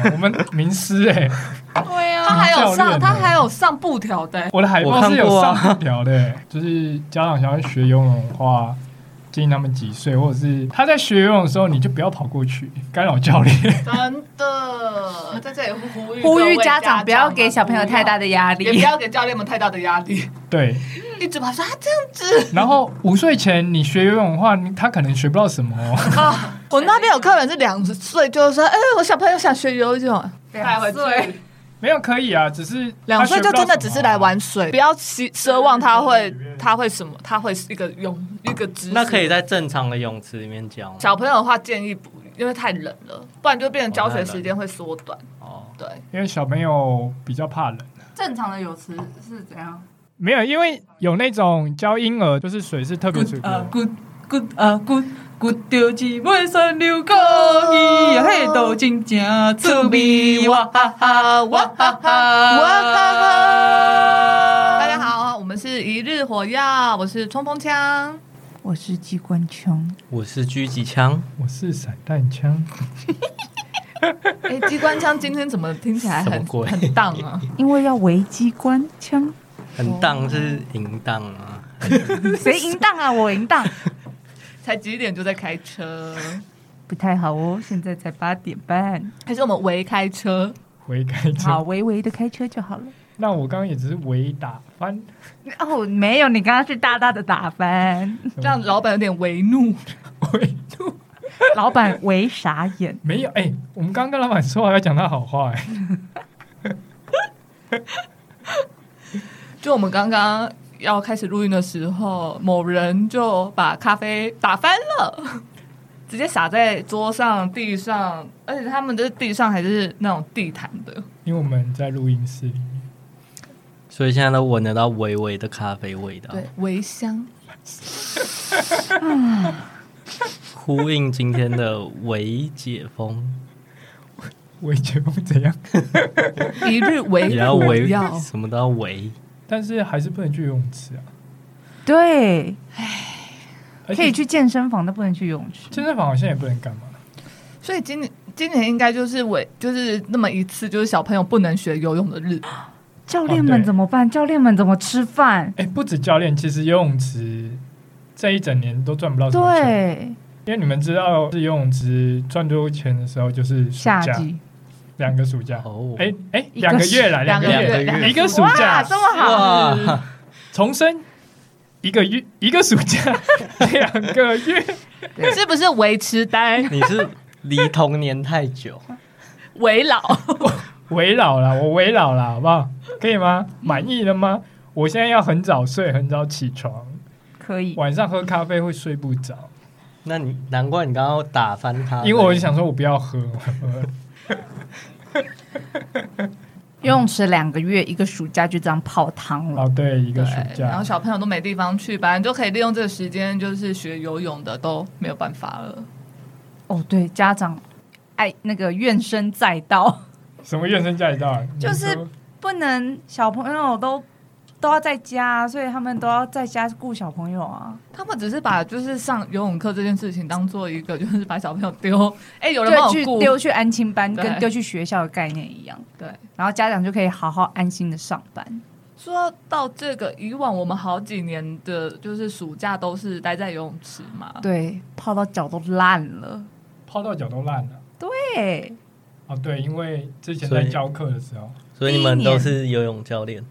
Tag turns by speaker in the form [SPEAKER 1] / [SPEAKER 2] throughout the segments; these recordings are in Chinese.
[SPEAKER 1] 我们名师哎、
[SPEAKER 2] 对
[SPEAKER 3] 他
[SPEAKER 2] 啊，
[SPEAKER 3] 还有
[SPEAKER 1] 教练
[SPEAKER 3] 上，
[SPEAKER 1] 欸
[SPEAKER 3] 他还有上布条的欸、
[SPEAKER 1] 我的海报是有
[SPEAKER 4] 我
[SPEAKER 1] 上
[SPEAKER 4] 看过啊
[SPEAKER 1] 布条的、欸就是家长想要学游泳的话，建议他们几岁，或者是他在学游泳的时候，你就不要跑过去干扰教练。
[SPEAKER 3] 真的，在这里呼吁
[SPEAKER 4] 呼
[SPEAKER 3] 各
[SPEAKER 4] 吁
[SPEAKER 3] 位
[SPEAKER 4] 家
[SPEAKER 3] 家
[SPEAKER 4] 长不要给小朋友太大
[SPEAKER 3] 的
[SPEAKER 4] 的压
[SPEAKER 3] 也不
[SPEAKER 4] 力。嗯
[SPEAKER 3] 要给教练们太大的压力，
[SPEAKER 1] 对，
[SPEAKER 3] 一直跑说他这样子
[SPEAKER 1] 然后五岁前你学游泳的话，你他可能学不到什么哦、
[SPEAKER 3] 啊，
[SPEAKER 2] 我那边有客人是两岁，就是说，哎、我小朋友想学游泳，
[SPEAKER 3] 带回
[SPEAKER 4] 对，
[SPEAKER 3] 去，
[SPEAKER 1] 没有可以啊，只是
[SPEAKER 2] 两岁就真的只是来
[SPEAKER 1] 玩。
[SPEAKER 2] 玩水，不要期奢望他会他会什么，他会一个泳一个知识。
[SPEAKER 4] 那可以在正常的泳池里面教吗。
[SPEAKER 3] 小朋友的话建议不，因为太冷了，不然就变成浇水时间会缩短。
[SPEAKER 4] 哦，
[SPEAKER 3] 对，
[SPEAKER 1] 因为小朋友比较怕冷。
[SPEAKER 5] 正常的泳池是怎样？
[SPEAKER 1] 没有，因为有那种教婴儿，就是水是特别
[SPEAKER 5] Good
[SPEAKER 1] 水
[SPEAKER 2] 嗯
[SPEAKER 5] 呃
[SPEAKER 1] 多。
[SPEAKER 5] good good 呃 good good 丢起尾山流高伊，
[SPEAKER 4] 哦
[SPEAKER 5] 嘿都真正趣味哇哈
[SPEAKER 3] 呃
[SPEAKER 5] 哈哇哈哈
[SPEAKER 3] 哇
[SPEAKER 5] 哈
[SPEAKER 3] 大家，好，我们是一日火药，我是冲锋枪。
[SPEAKER 5] 我是机关枪，
[SPEAKER 4] 我是狙击枪，
[SPEAKER 1] 我是散弹枪，
[SPEAKER 3] 哎、机关枪今天怎么听起来
[SPEAKER 4] 什
[SPEAKER 3] 哎很
[SPEAKER 4] 么鬼
[SPEAKER 3] 很荡啊？
[SPEAKER 5] 因为要围机关枪，
[SPEAKER 4] 很荡是淫荡啊，
[SPEAKER 5] 谁淫荡啊？我淫荡，
[SPEAKER 3] 才几点就在开车？
[SPEAKER 5] 不太好哦。现在才八点半，
[SPEAKER 3] 还是我们围开车？
[SPEAKER 1] 回开
[SPEAKER 5] 好，
[SPEAKER 1] 车。
[SPEAKER 5] 微微的开车就好了。
[SPEAKER 1] 那我刚刚也只是围打翻，
[SPEAKER 5] 哦，没有，你刚刚是大大的打翻，
[SPEAKER 4] 嗯
[SPEAKER 3] 这样老板有点为怒。
[SPEAKER 1] 围
[SPEAKER 5] 老板为傻眼。
[SPEAKER 1] 没有。哎、我们刚刚跟老板说好要讲他好话、哎，
[SPEAKER 3] 就我们刚刚要开始录音的时候，某人就把咖啡打翻了，直接洒在桌上、地上，而且他们的地上还是那种地毯的。
[SPEAKER 1] 因为我们在录音室里面，
[SPEAKER 4] 所以现在都闻得到微微的咖啡味道，
[SPEAKER 3] 对，微香。
[SPEAKER 4] 呼应今天的微解封，
[SPEAKER 1] 围解封怎样？
[SPEAKER 3] 一日 为
[SPEAKER 4] 也要
[SPEAKER 3] 火
[SPEAKER 4] 微
[SPEAKER 3] 药，
[SPEAKER 4] 什么都要微，
[SPEAKER 1] 但是还是不能去游泳池啊，
[SPEAKER 5] 对，
[SPEAKER 1] 而
[SPEAKER 5] 可以
[SPEAKER 1] 且
[SPEAKER 5] 去健身房，但不能去泳池。
[SPEAKER 1] 健身房好像也不能干嘛。
[SPEAKER 3] 所以今年今年应该就是为就是那么一次，就是小朋友不能学游泳的日子。
[SPEAKER 5] 教练
[SPEAKER 1] 哦
[SPEAKER 5] 们
[SPEAKER 1] 对
[SPEAKER 5] 怎么办？教练们怎么吃饭？
[SPEAKER 1] 哎、不止教练，其实游泳池这一整年都赚不
[SPEAKER 5] 哦
[SPEAKER 1] 到什么钱，因
[SPEAKER 5] 对，
[SPEAKER 1] 为你们知道，是游泳池赚最多钱的时候就是暑
[SPEAKER 5] 夏
[SPEAKER 1] 假，
[SPEAKER 5] 季
[SPEAKER 1] 两个暑假。
[SPEAKER 4] 哦
[SPEAKER 1] 哎哎，
[SPEAKER 5] 一个
[SPEAKER 1] 两个月啦，
[SPEAKER 3] 两
[SPEAKER 1] 两
[SPEAKER 3] 个
[SPEAKER 1] 个
[SPEAKER 3] 月
[SPEAKER 1] 月，
[SPEAKER 3] 两个
[SPEAKER 1] 一个暑
[SPEAKER 5] 哇，
[SPEAKER 1] 假
[SPEAKER 5] 这么好，
[SPEAKER 4] 哇，
[SPEAKER 1] 重生，一个月一个暑 假，两个月，
[SPEAKER 3] 是不是维痴呆、
[SPEAKER 4] 你是离童年太久，
[SPEAKER 3] 维老？
[SPEAKER 1] 围老啦，我围老啦，好不好？可以吗？满意了吗？我现在要很早睡，很早起床，
[SPEAKER 5] 可以。
[SPEAKER 1] 晚上喝咖啡会睡不着，
[SPEAKER 4] 那你难怪你刚刚打翻他，
[SPEAKER 1] 因为我就想说我不要喝，
[SPEAKER 5] 游泳池两个月，一个暑假就这样泡汤了。
[SPEAKER 1] 哦对，一个暑
[SPEAKER 3] 对，然
[SPEAKER 1] 假
[SPEAKER 3] 后，小朋友都没地方去，反正就可以利用这个时间，就是学游泳的都没有办法了。
[SPEAKER 5] 哦，对，家长爱那个怨声载道，
[SPEAKER 1] 什么怨声载道？
[SPEAKER 5] 就是
[SPEAKER 1] 你说
[SPEAKER 5] 不能小朋友都都要在家，所以他们都要在家顾小朋友啊。
[SPEAKER 3] 他们只是把就是上游泳课这件事情当做一个，就是把小朋友丢， 哎、有人帮
[SPEAKER 5] 就
[SPEAKER 3] 我
[SPEAKER 5] 去
[SPEAKER 3] 顾，
[SPEAKER 5] 丢去安亲班，
[SPEAKER 3] 对
[SPEAKER 5] 跟丢去学校的概念一样。
[SPEAKER 3] 对。
[SPEAKER 5] 然后家长就可以好好安心的上班。
[SPEAKER 3] 说到这个，以往我们好几年的，就是暑假都是待在游泳池嘛。
[SPEAKER 5] 对，泡到脚都烂了。
[SPEAKER 1] 泡到脚都烂了。
[SPEAKER 5] 对，
[SPEAKER 1] 哦，对，因为之前
[SPEAKER 4] 所
[SPEAKER 1] 在
[SPEAKER 4] 以
[SPEAKER 1] 教课的时候，
[SPEAKER 4] 所以你们都是游泳教练，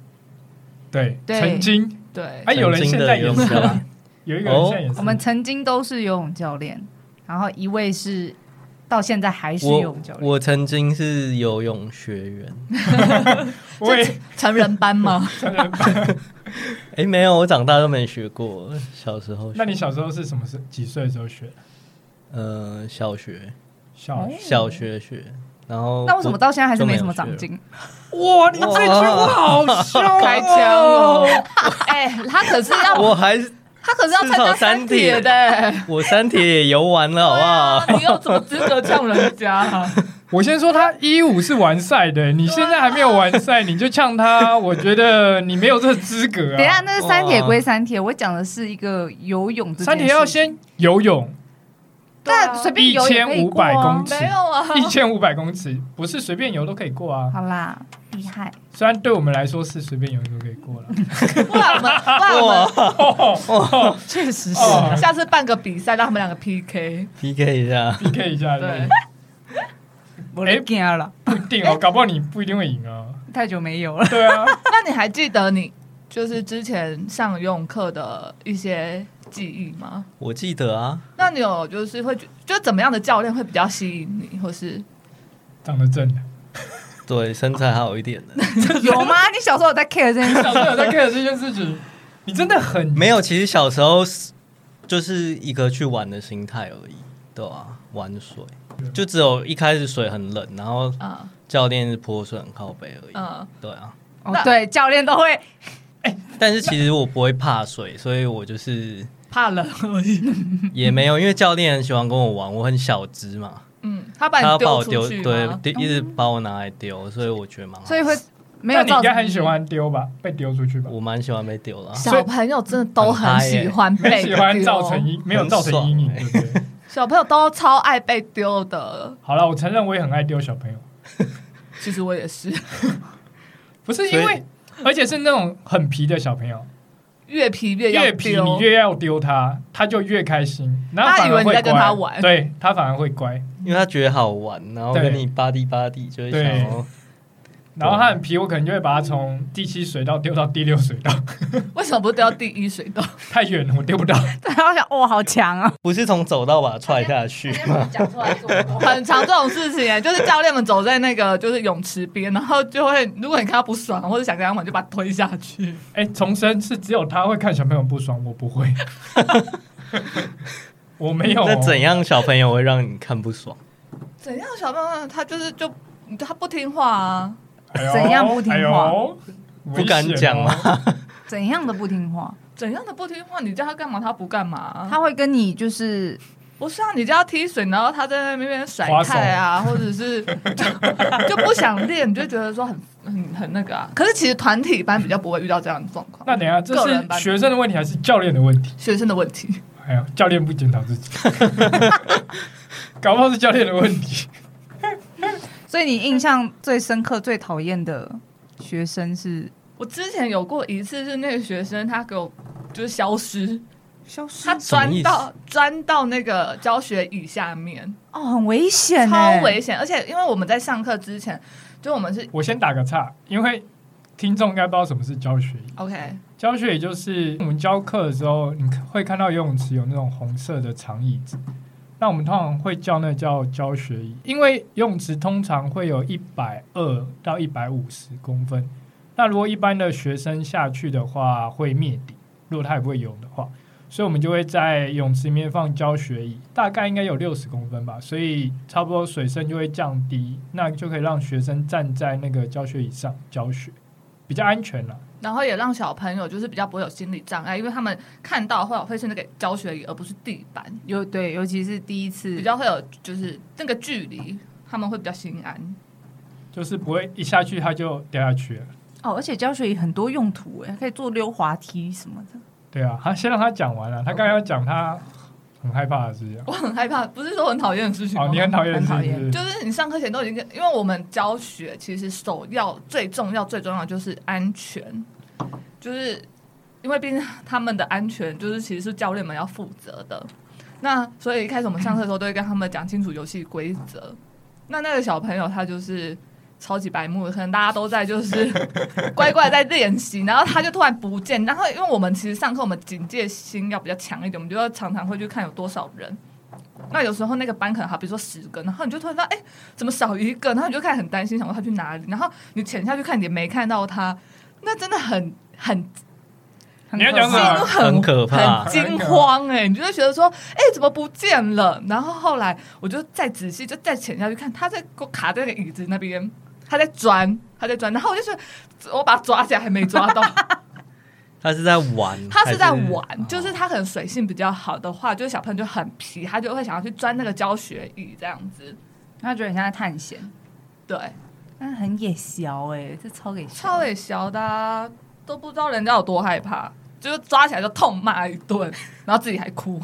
[SPEAKER 1] 对，
[SPEAKER 5] 对
[SPEAKER 1] 曾经，
[SPEAKER 3] 对
[SPEAKER 1] 哎，有人
[SPEAKER 4] 曾经
[SPEAKER 1] 现
[SPEAKER 4] 的
[SPEAKER 1] 在也
[SPEAKER 4] 游
[SPEAKER 1] 是
[SPEAKER 4] 泳
[SPEAKER 1] 啊
[SPEAKER 4] 教，
[SPEAKER 1] 有一个人
[SPEAKER 4] 哦
[SPEAKER 1] 现在也是，
[SPEAKER 5] 我们曾经都是游泳教练，然后一位是到现在还是游
[SPEAKER 4] 我
[SPEAKER 5] 泳教练。
[SPEAKER 4] 我曾经是游泳学员，
[SPEAKER 1] 我也
[SPEAKER 3] 成人班嘛，
[SPEAKER 4] 哎，没有，我长大都没学过，小时候学，
[SPEAKER 1] 那你小时候是什么时几岁的时候学？
[SPEAKER 4] 呃小学
[SPEAKER 1] 小学
[SPEAKER 4] 小学学，然后
[SPEAKER 5] 那为什么到现在还是没什么长
[SPEAKER 4] 就没
[SPEAKER 5] 进？
[SPEAKER 1] 哇，你这句话好凶、哦，
[SPEAKER 3] 开枪哦！哎、他可是要，
[SPEAKER 4] 我还是
[SPEAKER 3] 他可是要参加三铁的、
[SPEAKER 4] 我三铁也游完了，好不好？
[SPEAKER 3] 对啊你有什么资格呛人家、 啊？
[SPEAKER 1] 我先说他一五是完赛的，你现在还没有完赛，你就呛他，我觉得你没有这个资格
[SPEAKER 5] 等一下，
[SPEAKER 1] 啊。
[SPEAKER 5] 那是三铁归三铁，我讲的是一个游泳这件
[SPEAKER 1] 三
[SPEAKER 5] 事情。
[SPEAKER 1] 铁要先游泳，
[SPEAKER 3] 但随便
[SPEAKER 1] 一
[SPEAKER 3] 游也
[SPEAKER 1] 千
[SPEAKER 3] 可以
[SPEAKER 1] 五
[SPEAKER 3] 过
[SPEAKER 1] 百
[SPEAKER 3] 啊
[SPEAKER 1] 公尺，
[SPEAKER 3] 没有啊，
[SPEAKER 1] 一千五百公尺不是随便游都可以过啊。
[SPEAKER 3] 好啦，厉害！
[SPEAKER 1] 虽然对我们来说是随便游都可以过了。
[SPEAKER 3] 不然 我们，不然我们呃
[SPEAKER 5] 确实是。
[SPEAKER 1] 哦
[SPEAKER 3] 下次办个比赛，让他们两个 PK。
[SPEAKER 4] PK 一下，
[SPEAKER 1] ，PK 一下对
[SPEAKER 3] 对，
[SPEAKER 5] 我来惊了，
[SPEAKER 1] 不一定哦，搞不好你不一定会赢啊。
[SPEAKER 5] 太久没有了。
[SPEAKER 1] 对啊，
[SPEAKER 3] 那你还记得你就是之前上游泳课的一些记忆吗？
[SPEAKER 4] 我记得啊，
[SPEAKER 3] 那你有就是会觉就怎么样的教练会比较吸引你，或是
[SPEAKER 1] 长得正。
[SPEAKER 4] 对身材好一点的，
[SPEAKER 5] 有 吗？你小时候有在 care 这件事？
[SPEAKER 1] 小时候有在 care 这件事情，你真的很
[SPEAKER 4] 没有。其实小时候是就是一个去玩的心态而已，对啊？玩水就只有一开始水很冷，然后
[SPEAKER 3] 嗯
[SPEAKER 4] 教练是泼水很靠北而已，
[SPEAKER 3] 嗯
[SPEAKER 4] 对啊。
[SPEAKER 5] 哦，对，教练都会
[SPEAKER 4] 但是其实我不会怕水，所以我就是
[SPEAKER 3] 怕冷而已？
[SPEAKER 4] 也没有，因为教练很喜欢跟我玩，我很小只嘛，
[SPEAKER 3] 嗯，他把
[SPEAKER 4] 他
[SPEAKER 3] 你
[SPEAKER 4] 把我
[SPEAKER 3] 丢
[SPEAKER 4] 丢
[SPEAKER 3] 出去
[SPEAKER 4] 对
[SPEAKER 3] 吗，
[SPEAKER 4] 丢一直把我拿来丢，所以我觉得蛮好。
[SPEAKER 5] 所以会没
[SPEAKER 1] 那
[SPEAKER 5] 有
[SPEAKER 1] 你应
[SPEAKER 5] 造
[SPEAKER 1] 该
[SPEAKER 5] 成
[SPEAKER 1] 很喜欢丢吧，被丢出去吧，
[SPEAKER 4] 我蛮喜欢被丢了，
[SPEAKER 3] 小朋友真的都很喜欢
[SPEAKER 1] 很
[SPEAKER 3] 被
[SPEAKER 1] 喜
[SPEAKER 3] 丢，
[SPEAKER 1] 欢造成阴，没有造成阴影，
[SPEAKER 4] 很
[SPEAKER 1] 对不对？
[SPEAKER 3] 小朋友都超爱被丢的。
[SPEAKER 1] 好了，我承认我也很爱丢小朋友，
[SPEAKER 3] 其实我也是，
[SPEAKER 1] 不是因
[SPEAKER 4] 所
[SPEAKER 1] 为
[SPEAKER 4] 以，
[SPEAKER 1] 而且是那种很皮的小朋友，
[SPEAKER 3] 越皮越要
[SPEAKER 1] 越皮你
[SPEAKER 3] 丢。
[SPEAKER 1] 越要丢他，他就越开心，然后
[SPEAKER 3] 他
[SPEAKER 1] 反
[SPEAKER 3] 以为
[SPEAKER 1] 而
[SPEAKER 3] 你
[SPEAKER 1] 会
[SPEAKER 3] 在跟他
[SPEAKER 1] 乖
[SPEAKER 3] 玩
[SPEAKER 1] 对他反而会乖，
[SPEAKER 4] 因为他觉得好玩，然后
[SPEAKER 1] 对
[SPEAKER 4] 跟你吧唧吧唧，就会想
[SPEAKER 1] 对
[SPEAKER 4] 要
[SPEAKER 1] 然后他很皮，我可能就会把他从第七水道丢到第六水 道，
[SPEAKER 3] 为什么不丢到第一水道？
[SPEAKER 1] 太远了，我丢不到。
[SPEAKER 5] 对，他想哇，好强啊！
[SPEAKER 4] 不是从走道把它踹下去吗？
[SPEAKER 5] 讲出来做
[SPEAKER 3] 很常这种事情、欸 就是教练们走在那个就是泳池边，然后就会，如果你看他不爽或者想跟他玩，就把他推下去。
[SPEAKER 1] 哎，重生是只有他会看小朋友不爽，我不 会，我没有哦。
[SPEAKER 4] 那怎样小朋友会让你看不爽？
[SPEAKER 3] 怎样，小朋友他就是就他不听话啊，
[SPEAKER 1] 哎呦
[SPEAKER 5] 怎样不听话
[SPEAKER 1] 哎呦哦
[SPEAKER 4] 不敢讲吗？
[SPEAKER 5] 怎样的不听话？
[SPEAKER 3] 怎样的不听话？你叫他干嘛，他不干嘛、啊
[SPEAKER 5] 他会跟你就是
[SPEAKER 3] 不是啊，你叫他踢水，然后他在那边甩
[SPEAKER 1] 划手
[SPEAKER 3] 菜 啊，或者是就就不想练，你就觉得说很很很那个啊。可是其实团体班比较不会遇到这样的状况，
[SPEAKER 1] 那等一下，这
[SPEAKER 3] 个人
[SPEAKER 1] 是
[SPEAKER 3] 班
[SPEAKER 1] 学生的问题还是教练的问题？
[SPEAKER 3] 学生的问题。
[SPEAKER 1] 哎呀，教练不检讨自己，搞不好是教练的问题。
[SPEAKER 5] 所以你印象最深刻、最讨厌的学生是
[SPEAKER 3] 我之前有过一次是那个学生，他给我就是消失，
[SPEAKER 5] 消失
[SPEAKER 3] 他
[SPEAKER 4] 什么
[SPEAKER 3] 钻
[SPEAKER 4] 意思
[SPEAKER 3] 到钻到那个教学椅下面，
[SPEAKER 5] 哦，很危险欸，
[SPEAKER 3] 超危险。而且因为我们在上课之前，就我们是
[SPEAKER 1] 我先打个岔，因为听众应该不知道什么是教学椅。
[SPEAKER 3] OK，
[SPEAKER 1] 教学椅就是我们教课的时候，你会看到游泳池有那种红色的长椅子，那我们通常会叫那叫教学椅，因为游泳池通常会有一百二到一百五十公分，那如果一般的学生下去的话会灭顶，如果他也不会游的话，所以我们就会在泳池里面放教学椅，大概应该有六十公分吧，所以差不多水深就会降低，那就可以让学生站在那个教学椅上教学，比较安全了。
[SPEAKER 3] 然后也让小朋友就是比较不会有心理障碍，因为他们看到会会是那个教学椅，而不是地板，
[SPEAKER 5] 尤对，尤其是第一次
[SPEAKER 3] 比较会有就是那个距离，他们会比较心安。
[SPEAKER 1] 就是不会一下去它就掉下去了。
[SPEAKER 5] 哦，而且教学椅很多用途哎，可以做溜滑梯什么的。
[SPEAKER 1] 对啊，好，先让他讲完了。他刚刚要讲他很害怕的事情。
[SPEAKER 3] 我很害怕，不是说很讨厌的事情吗
[SPEAKER 1] 哦，你很讨厌的事
[SPEAKER 5] 很讨
[SPEAKER 1] 情
[SPEAKER 5] 厌
[SPEAKER 1] 是不是，
[SPEAKER 3] 就是你上课前都已经跟，因为我们教学其实首要、最重要、最重要的就是安全，就是因为毕竟他们的安全就是其实是教练们要负责的。那所以一开始我们上课的时候都会跟他们讲清楚游戏规则。那那个小朋友他就是超级白目的，可能大家都在就是 乖乖在练习，然后他就突然不见。然后因为我们其实上课我们警戒心要比较强一点，我们就要常常会去看有多少人。那有时候那个班可能好，比如说十个，然后你就突然发现，哎、怎么少一个？然后你就开始很担心，想说他去哪里？然后你潜下去看，你也没看到他，那真的很很
[SPEAKER 1] 你要讲什么
[SPEAKER 4] 很可怕
[SPEAKER 3] 很惊慌哎、你就会觉得说，哎、怎么不见了？然后后来我就再仔细就再潜下去看，他在给我卡在那个椅子那边，他在钻，他在钻，然后我就觉得我把他抓起来还没抓到，
[SPEAKER 4] 他是在玩，
[SPEAKER 3] 他是在
[SPEAKER 4] 还
[SPEAKER 3] 玩，就是他可能水性比较好的话，就是小朋友就很皮，他就会想要去钻那个教学椅这样子，
[SPEAKER 5] 他觉得你像在探险，
[SPEAKER 3] 对，
[SPEAKER 5] 但很野小哎，这超给
[SPEAKER 3] 超
[SPEAKER 5] 给
[SPEAKER 3] 伟小的啊、都不知道人家有多害怕，就是抓起来就痛骂一顿，然后自己还哭。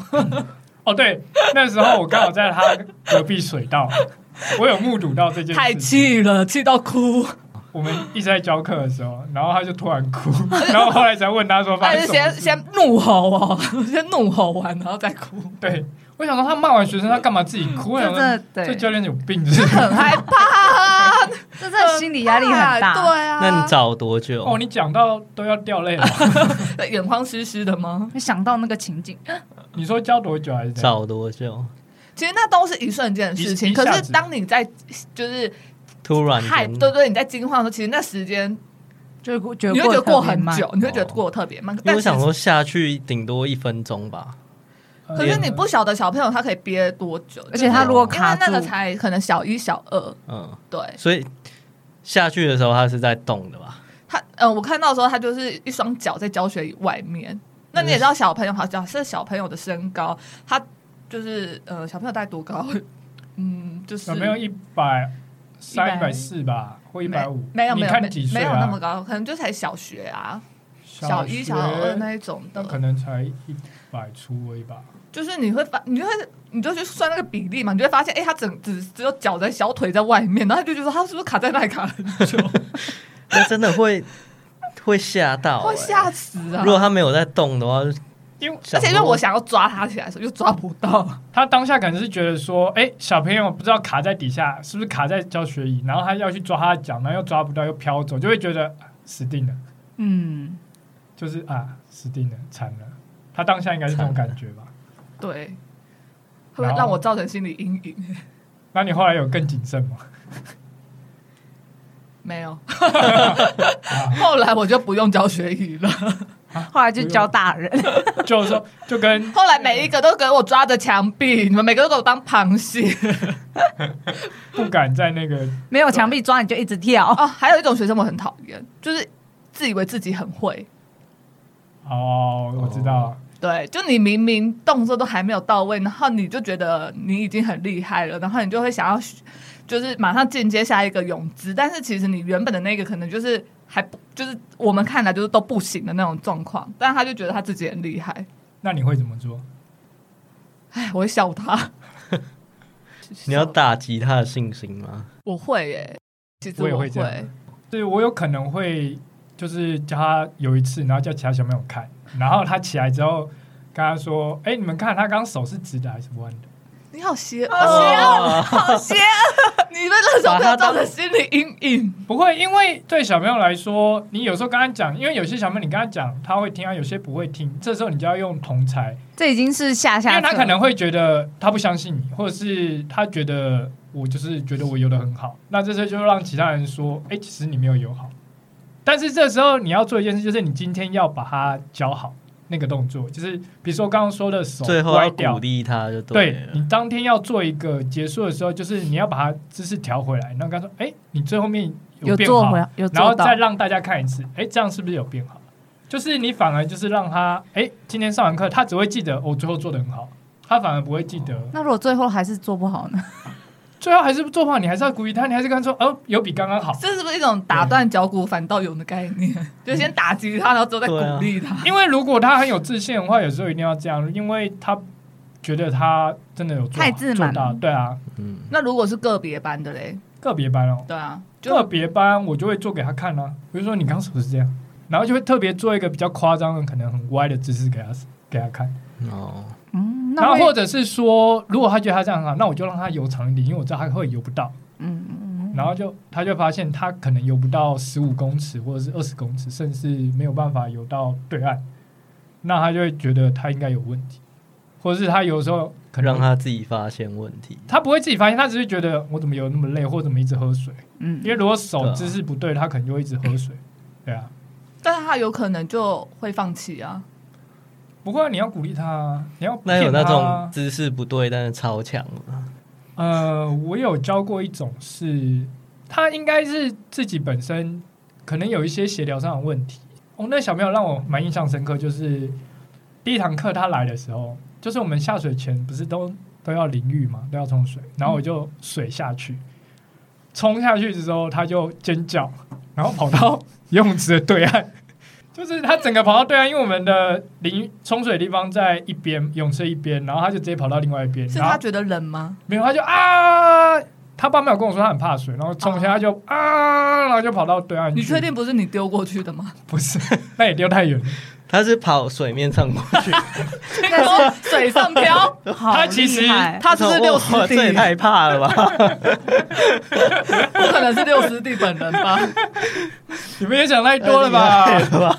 [SPEAKER 1] 哦，对，那时候我刚好在他隔壁水 道，我有目睹到这件
[SPEAKER 3] 太
[SPEAKER 1] 事情。
[SPEAKER 3] 气了，气到哭。
[SPEAKER 1] 我们一直在教课的时候，然后他就突然 哭，然后后来才问他说发
[SPEAKER 3] 他
[SPEAKER 1] 生
[SPEAKER 3] 是
[SPEAKER 1] 什么
[SPEAKER 3] 先
[SPEAKER 1] 事。
[SPEAKER 3] 先怒吼哦， 先怒吼完，然后再哭，
[SPEAKER 1] 对，我想说他骂完学生，他干嘛自己哭？我想说
[SPEAKER 5] 这对
[SPEAKER 1] 这教练有病，是不是
[SPEAKER 3] 很害怕啊，
[SPEAKER 5] 这真的心理压力很 大。
[SPEAKER 3] 对啊，
[SPEAKER 4] 那你找多久？
[SPEAKER 1] 哦，你讲到都要掉泪了。
[SPEAKER 3] 眼眶湿湿的吗？
[SPEAKER 5] 会想到那个情景，
[SPEAKER 1] 你说教多久还是怎样？
[SPEAKER 4] 找多久？
[SPEAKER 3] 其实那都是一瞬间的事情，
[SPEAKER 1] 一一
[SPEAKER 3] 可
[SPEAKER 1] 下子
[SPEAKER 3] 是当你在就是
[SPEAKER 4] 突然
[SPEAKER 3] 害，
[SPEAKER 4] 间
[SPEAKER 3] 对对，你在惊慌的时候，其实那时间
[SPEAKER 5] 就会觉得
[SPEAKER 3] 你会觉得过
[SPEAKER 5] 过得特别
[SPEAKER 3] 很
[SPEAKER 5] 慢
[SPEAKER 3] 久，你会觉得过得特别慢。
[SPEAKER 4] 哦因为
[SPEAKER 3] 但
[SPEAKER 4] 我
[SPEAKER 3] 是
[SPEAKER 4] 想说下去顶多一分钟吧。
[SPEAKER 1] 呃
[SPEAKER 3] 可是你不晓得小朋友他可以憋多久，
[SPEAKER 5] 而且他如果
[SPEAKER 3] 因为
[SPEAKER 5] 卡
[SPEAKER 3] 那
[SPEAKER 5] 住
[SPEAKER 3] 个，才可能小一、小二，
[SPEAKER 4] 嗯，
[SPEAKER 3] 对
[SPEAKER 4] 所以下去的时候它是在动的吧？
[SPEAKER 3] 他，呃，我看到的时候他就是一双脚在教学椅外面。那你也知
[SPEAKER 1] 嗯
[SPEAKER 3] 道小朋友，好，假设小朋友的身高，他就是呃，小朋友大概多高？嗯，就是
[SPEAKER 1] 有没有一百三、一百
[SPEAKER 3] 100
[SPEAKER 1] 四吧，或一
[SPEAKER 3] 没
[SPEAKER 1] 百五？
[SPEAKER 3] 没有
[SPEAKER 1] 你
[SPEAKER 3] 没有
[SPEAKER 1] 看几岁
[SPEAKER 3] 没有
[SPEAKER 1] 啊
[SPEAKER 3] 那么高，可能就才小学啊，
[SPEAKER 1] 小
[SPEAKER 3] 小一、
[SPEAKER 1] 学
[SPEAKER 3] 小二那一种
[SPEAKER 1] 那可
[SPEAKER 3] 的。
[SPEAKER 1] 能才一百出位吧。
[SPEAKER 3] 就是你会发，你就会你就去算那个比例嘛，你就会发现，哎、他整只只有脚在小腿在外面，然后他就觉得他是不是卡在那里卡很久？
[SPEAKER 4] 那真的会会吓到、欸，
[SPEAKER 3] 会吓死啊
[SPEAKER 4] 如！果它没有在动的话，
[SPEAKER 1] 因为
[SPEAKER 3] 而且因为我
[SPEAKER 4] 想
[SPEAKER 3] 想要抓他起来的时候，又抓不到，
[SPEAKER 1] 他当下可能是觉得说，哎、小朋友不知道卡在底下，是不是卡在教学椅，然后他要去抓他的脚，然后又抓不到，又飘走，就会觉得啊死定了，
[SPEAKER 5] 嗯，
[SPEAKER 1] 就是啊，死定了，惨了。他当下应该是这种感觉吧？
[SPEAKER 3] 对，会不会
[SPEAKER 1] 然后
[SPEAKER 3] 让我造成心理阴影？
[SPEAKER 1] 那你后来有更谨慎吗？
[SPEAKER 3] 没有， 后来我就不用教学语了。
[SPEAKER 5] 后来就教大人，
[SPEAKER 1] 就是说，就跟
[SPEAKER 3] 后来每一个都给我抓着墙壁，你们每个都给我当螃蟹
[SPEAKER 1] 不敢在那个
[SPEAKER 5] 没有墙壁抓你就一直跳，
[SPEAKER 3] 哦。还有一种学生我很讨厌，就是自以为自己很会。
[SPEAKER 1] 哦，我知道了，
[SPEAKER 3] 对，就你明明动作都还没有到位，然后你就觉得你已经很厉害了，然后你就会想要学，就是马上进阶下一个泳姿，但是其实你原本的那个可能就是还不就是我们看来就是都不行的那种状况，但他就觉得他自己很厉害，
[SPEAKER 1] 那你会怎么做？
[SPEAKER 3] 哎，我会笑他。
[SPEAKER 4] 你要打击它的信心吗？
[SPEAKER 3] 我会耶、其实
[SPEAKER 1] 我也会这样。对我有可能会就是叫他有一次，然后叫其他小朋友看，然后他起来之后跟他说：“哎、你们看他刚手是直的还是弯的
[SPEAKER 3] 你好邪恶，
[SPEAKER 4] 哦，
[SPEAKER 3] 好邪恶！啊你们那时候没有造成心理阴影，？”
[SPEAKER 1] 不会，因为对小朋友来说，你有时候跟他讲，因为有些小朋友你跟他讲他会听啊，有些不会听，这时候你就要用同才，
[SPEAKER 5] 这已经是下
[SPEAKER 1] 因
[SPEAKER 5] 下
[SPEAKER 1] 为
[SPEAKER 5] 策，
[SPEAKER 1] 他可能会觉得他不相信你，或者是他觉得我就是觉得我游的很好，那这时候就让其他人说：“哎、其实你没有游好。”但是这时候你要做一件事，就是你今天要把它教好那个动作，就是比如说刚刚说的手
[SPEAKER 4] 最后
[SPEAKER 1] 歪
[SPEAKER 4] 要
[SPEAKER 1] 掉
[SPEAKER 4] 鼓，励它就
[SPEAKER 1] 对
[SPEAKER 4] 了。
[SPEAKER 1] 你当天要做一个结束的时候，就是你要把它姿势调回来，然后跟他说：“哎、你最后面
[SPEAKER 5] 有
[SPEAKER 1] 变
[SPEAKER 5] 做
[SPEAKER 1] 好
[SPEAKER 5] 回，来，有
[SPEAKER 1] 然
[SPEAKER 5] 做
[SPEAKER 1] 后
[SPEAKER 5] 到
[SPEAKER 1] 再，让大家看一次，哎、这样是不是有变好？”就是你反而就是让他，哎、今天上完课，他只会记得我、最后做的很好，他反而不会记得。
[SPEAKER 5] 那如果最后还是做不好呢？
[SPEAKER 1] 最后还是做不好，你还是要鼓励他，你还是跟他说：“哦，有比刚刚好。”
[SPEAKER 3] 这是不是一种打断脚骨反倒勇的概念？就先打击他，然后之后再
[SPEAKER 1] 啊
[SPEAKER 3] 鼓励他。
[SPEAKER 1] 因为如果他很有自信的话，有时候一定要这样，因为他觉得他真的有做好
[SPEAKER 5] 太自满了
[SPEAKER 1] 做到，对啊，
[SPEAKER 4] 嗯，
[SPEAKER 3] 那如果是个别班的嘞，
[SPEAKER 1] 个别班哦，
[SPEAKER 3] 对啊，
[SPEAKER 1] 个
[SPEAKER 3] 就
[SPEAKER 1] 别班我就会做给他看啊，比如说你刚手是这样，然后就会特别做一个比较夸张的，可能很歪的姿势给他给他看，
[SPEAKER 4] 哦，
[SPEAKER 5] 嗯，
[SPEAKER 1] 然
[SPEAKER 5] 那
[SPEAKER 1] 后
[SPEAKER 5] 会
[SPEAKER 1] 或者是说，如果他觉得他这样很好，那我就让他游长一点，因为我知道他会游不到，
[SPEAKER 5] 嗯嗯嗯
[SPEAKER 1] 然后就他就发现他可能游不到十五公尺或者是二十公尺，甚至没有办法游到对岸，那他就会觉得他应该有问题，或者是他有时候可能
[SPEAKER 4] 让它自己发现问题。
[SPEAKER 1] 他不会自己发现，他只是觉得我怎么游那么累，或者怎么一直喝水，
[SPEAKER 5] 嗯
[SPEAKER 1] 因为如果
[SPEAKER 4] 啊
[SPEAKER 1] 手姿势不对，他可能就会一直喝水，对啊，
[SPEAKER 3] 但是他有可能就会放弃啊。
[SPEAKER 1] 不过你要鼓励他啊，你要
[SPEAKER 4] 那有
[SPEAKER 1] 骗他
[SPEAKER 4] 那
[SPEAKER 1] 啊
[SPEAKER 4] 种姿势不对但是超强的，
[SPEAKER 1] 呃，我有教过一种是，他应该是自己本身可能有一些协调上的问题。哦，那小朋友让我蛮印象深刻，就是第一堂课他来的时候，就是我们下水前不是都都要淋浴嘛，都要冲水，然后我就水下去，冲下去之后他就尖叫，然后跑到游泳池的对岸，就是他整个跑到对岸，因为我们的淋冲水的地方在一边，泳池一边，然后他就直接跑到另外一边，
[SPEAKER 3] 是
[SPEAKER 1] 然
[SPEAKER 3] 他
[SPEAKER 1] 后
[SPEAKER 3] 觉得冷吗？
[SPEAKER 1] 没有他就啊，他爸没有跟我说他很怕水，然后冲下他就啊，然后就跑到对岸去。
[SPEAKER 3] 哦你确定不是你丢过去的吗？
[SPEAKER 1] 不是？ 那也丢太远了。
[SPEAKER 4] 他是跑水面上过去，
[SPEAKER 3] 那是水上漂，
[SPEAKER 1] 他其实
[SPEAKER 3] 他是不是六十
[SPEAKER 4] 哇这也
[SPEAKER 3] 弟？
[SPEAKER 4] 太怕了吧？
[SPEAKER 3] 不可能是六十弟本人吧？
[SPEAKER 1] 你们也想太多了吧？
[SPEAKER 3] 啊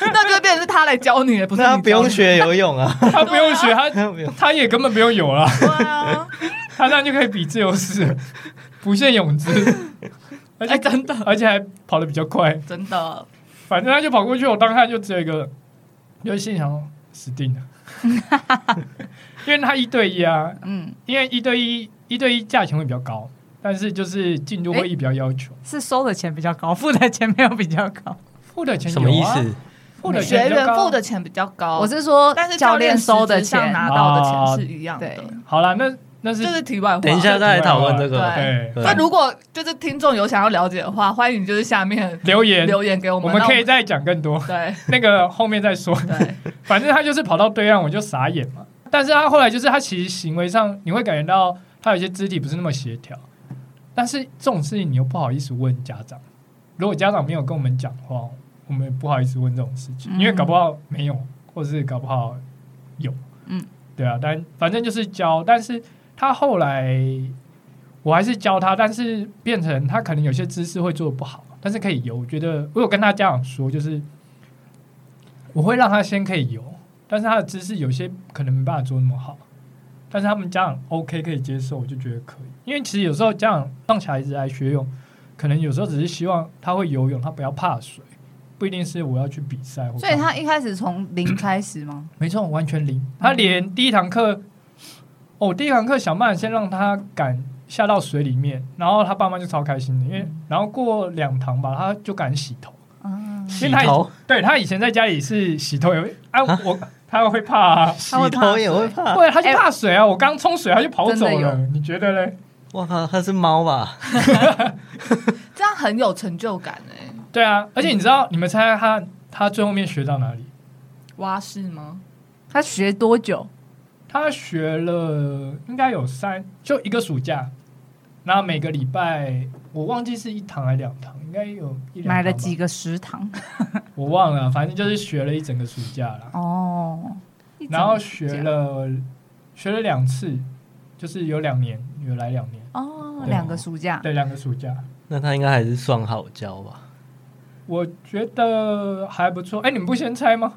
[SPEAKER 3] 那就变成是他来教你了，不是
[SPEAKER 4] 那他
[SPEAKER 3] 你
[SPEAKER 4] 不用
[SPEAKER 3] 教
[SPEAKER 4] 学游泳 啊，
[SPEAKER 1] 他不用学，他
[SPEAKER 4] 他不用
[SPEAKER 1] 他也根本不用游了，
[SPEAKER 3] 你。对啊，
[SPEAKER 1] 他这样就可以比自由式了，不限泳姿，而且、
[SPEAKER 3] 哎，真的
[SPEAKER 1] 而且还跑得比较快。
[SPEAKER 3] 真的，
[SPEAKER 1] 反正他就跑过去，我当下就只有一个，就心想说死定了， 因为他一对一啊，
[SPEAKER 3] 嗯，
[SPEAKER 1] 因为一对一一对一价钱会比较高，但是就是进度会议比较要求，
[SPEAKER 5] 是收的钱比较高，付的钱没有比较高。
[SPEAKER 1] 付的钱有
[SPEAKER 4] 什
[SPEAKER 1] 啊
[SPEAKER 4] 么意思？？
[SPEAKER 1] 付的
[SPEAKER 3] 学
[SPEAKER 1] 钱比较
[SPEAKER 3] 员
[SPEAKER 1] 高
[SPEAKER 3] 付的钱比较高，
[SPEAKER 5] 我哦是说，
[SPEAKER 3] 但是
[SPEAKER 5] 教
[SPEAKER 3] 练
[SPEAKER 5] 练收的
[SPEAKER 3] 实质上
[SPEAKER 5] 钱
[SPEAKER 3] 拿到的
[SPEAKER 1] 啊
[SPEAKER 3] 钱是一样的，
[SPEAKER 5] 对
[SPEAKER 1] 好啦，那那是哎
[SPEAKER 3] 这是题外话。
[SPEAKER 4] 等一下再来讨论这
[SPEAKER 3] 对
[SPEAKER 4] 个。
[SPEAKER 1] 对
[SPEAKER 4] 对
[SPEAKER 3] 那如果就是听众有想要了解的话，欢迎就是下面
[SPEAKER 1] 留言，
[SPEAKER 3] 留言给我
[SPEAKER 1] 我
[SPEAKER 3] 们，
[SPEAKER 1] 们
[SPEAKER 3] 那
[SPEAKER 1] 可以再讲更多，
[SPEAKER 3] 对
[SPEAKER 1] 那个后面再说。
[SPEAKER 3] 对，
[SPEAKER 1] 反正他就是跑到对岸，我就傻眼嘛。但是他后来就是他其实行为上你会感觉到他有些肢体不是那么协调，但是这种事情你又不好意思问家长，如果家长没有跟我们讲话，我们也不好意思问这种事情，因为搞不好没有，或是搞不好有，
[SPEAKER 3] 嗯，
[SPEAKER 1] 对啊，但反正就是教，但是他后来我还是教他，但是变成他可能有些姿势会做的不好，但是可以游，我觉得我有跟他家长说，就是我会让他先可以游，但是他的姿势有些可能没办法做那么好，但是他们家长 OK 可以接受，我就觉得可以。因为其实有时候家长让小孩子来学泳，可能有时候只是希望他会游泳，他不要怕水，不一定是我要去比赛或干嘛。
[SPEAKER 5] 所以他一开始从零开始吗？
[SPEAKER 1] 没错，完全零。他连第一堂课，哦，第一堂课小曼先让他敢下到水里面，然后他爸妈就超开心的，因为然后过两堂吧，他就敢洗头。
[SPEAKER 5] 啊，
[SPEAKER 1] 因
[SPEAKER 4] 洗
[SPEAKER 1] 为他以
[SPEAKER 4] 头，
[SPEAKER 1] 对他以前在家里是洗头也会 啊，我他会怕、啊，
[SPEAKER 5] 会
[SPEAKER 4] 洗
[SPEAKER 5] 怕
[SPEAKER 4] 头也会怕。
[SPEAKER 1] 对，他就怕水啊。我刚冲水，他就跑走
[SPEAKER 5] 真的
[SPEAKER 1] 了。你觉得嘞？
[SPEAKER 4] 我靠，他是猫吧？
[SPEAKER 3] 这样很有成就感哎、
[SPEAKER 1] 对啊，而且你知道，你们猜猜他他最后面学到哪里？
[SPEAKER 3] 蛙式吗？
[SPEAKER 5] 他学多久？
[SPEAKER 1] 他学了应该有三，就一个暑假，然后每个礼拜我忘记是一堂还是两堂，应该有一两堂吧
[SPEAKER 5] 买了几，个食堂？
[SPEAKER 1] 我忘了，反正就是学了一整个暑假啦。
[SPEAKER 5] 哦，一整
[SPEAKER 1] 然后学了学了两次，就是有两年，有来两年，
[SPEAKER 5] 哦，
[SPEAKER 1] 对
[SPEAKER 5] 两个暑假，
[SPEAKER 1] 对，两个暑假，
[SPEAKER 4] 那他应该还是算好教吧？
[SPEAKER 1] 我觉得还不错。哎，你们不先猜吗？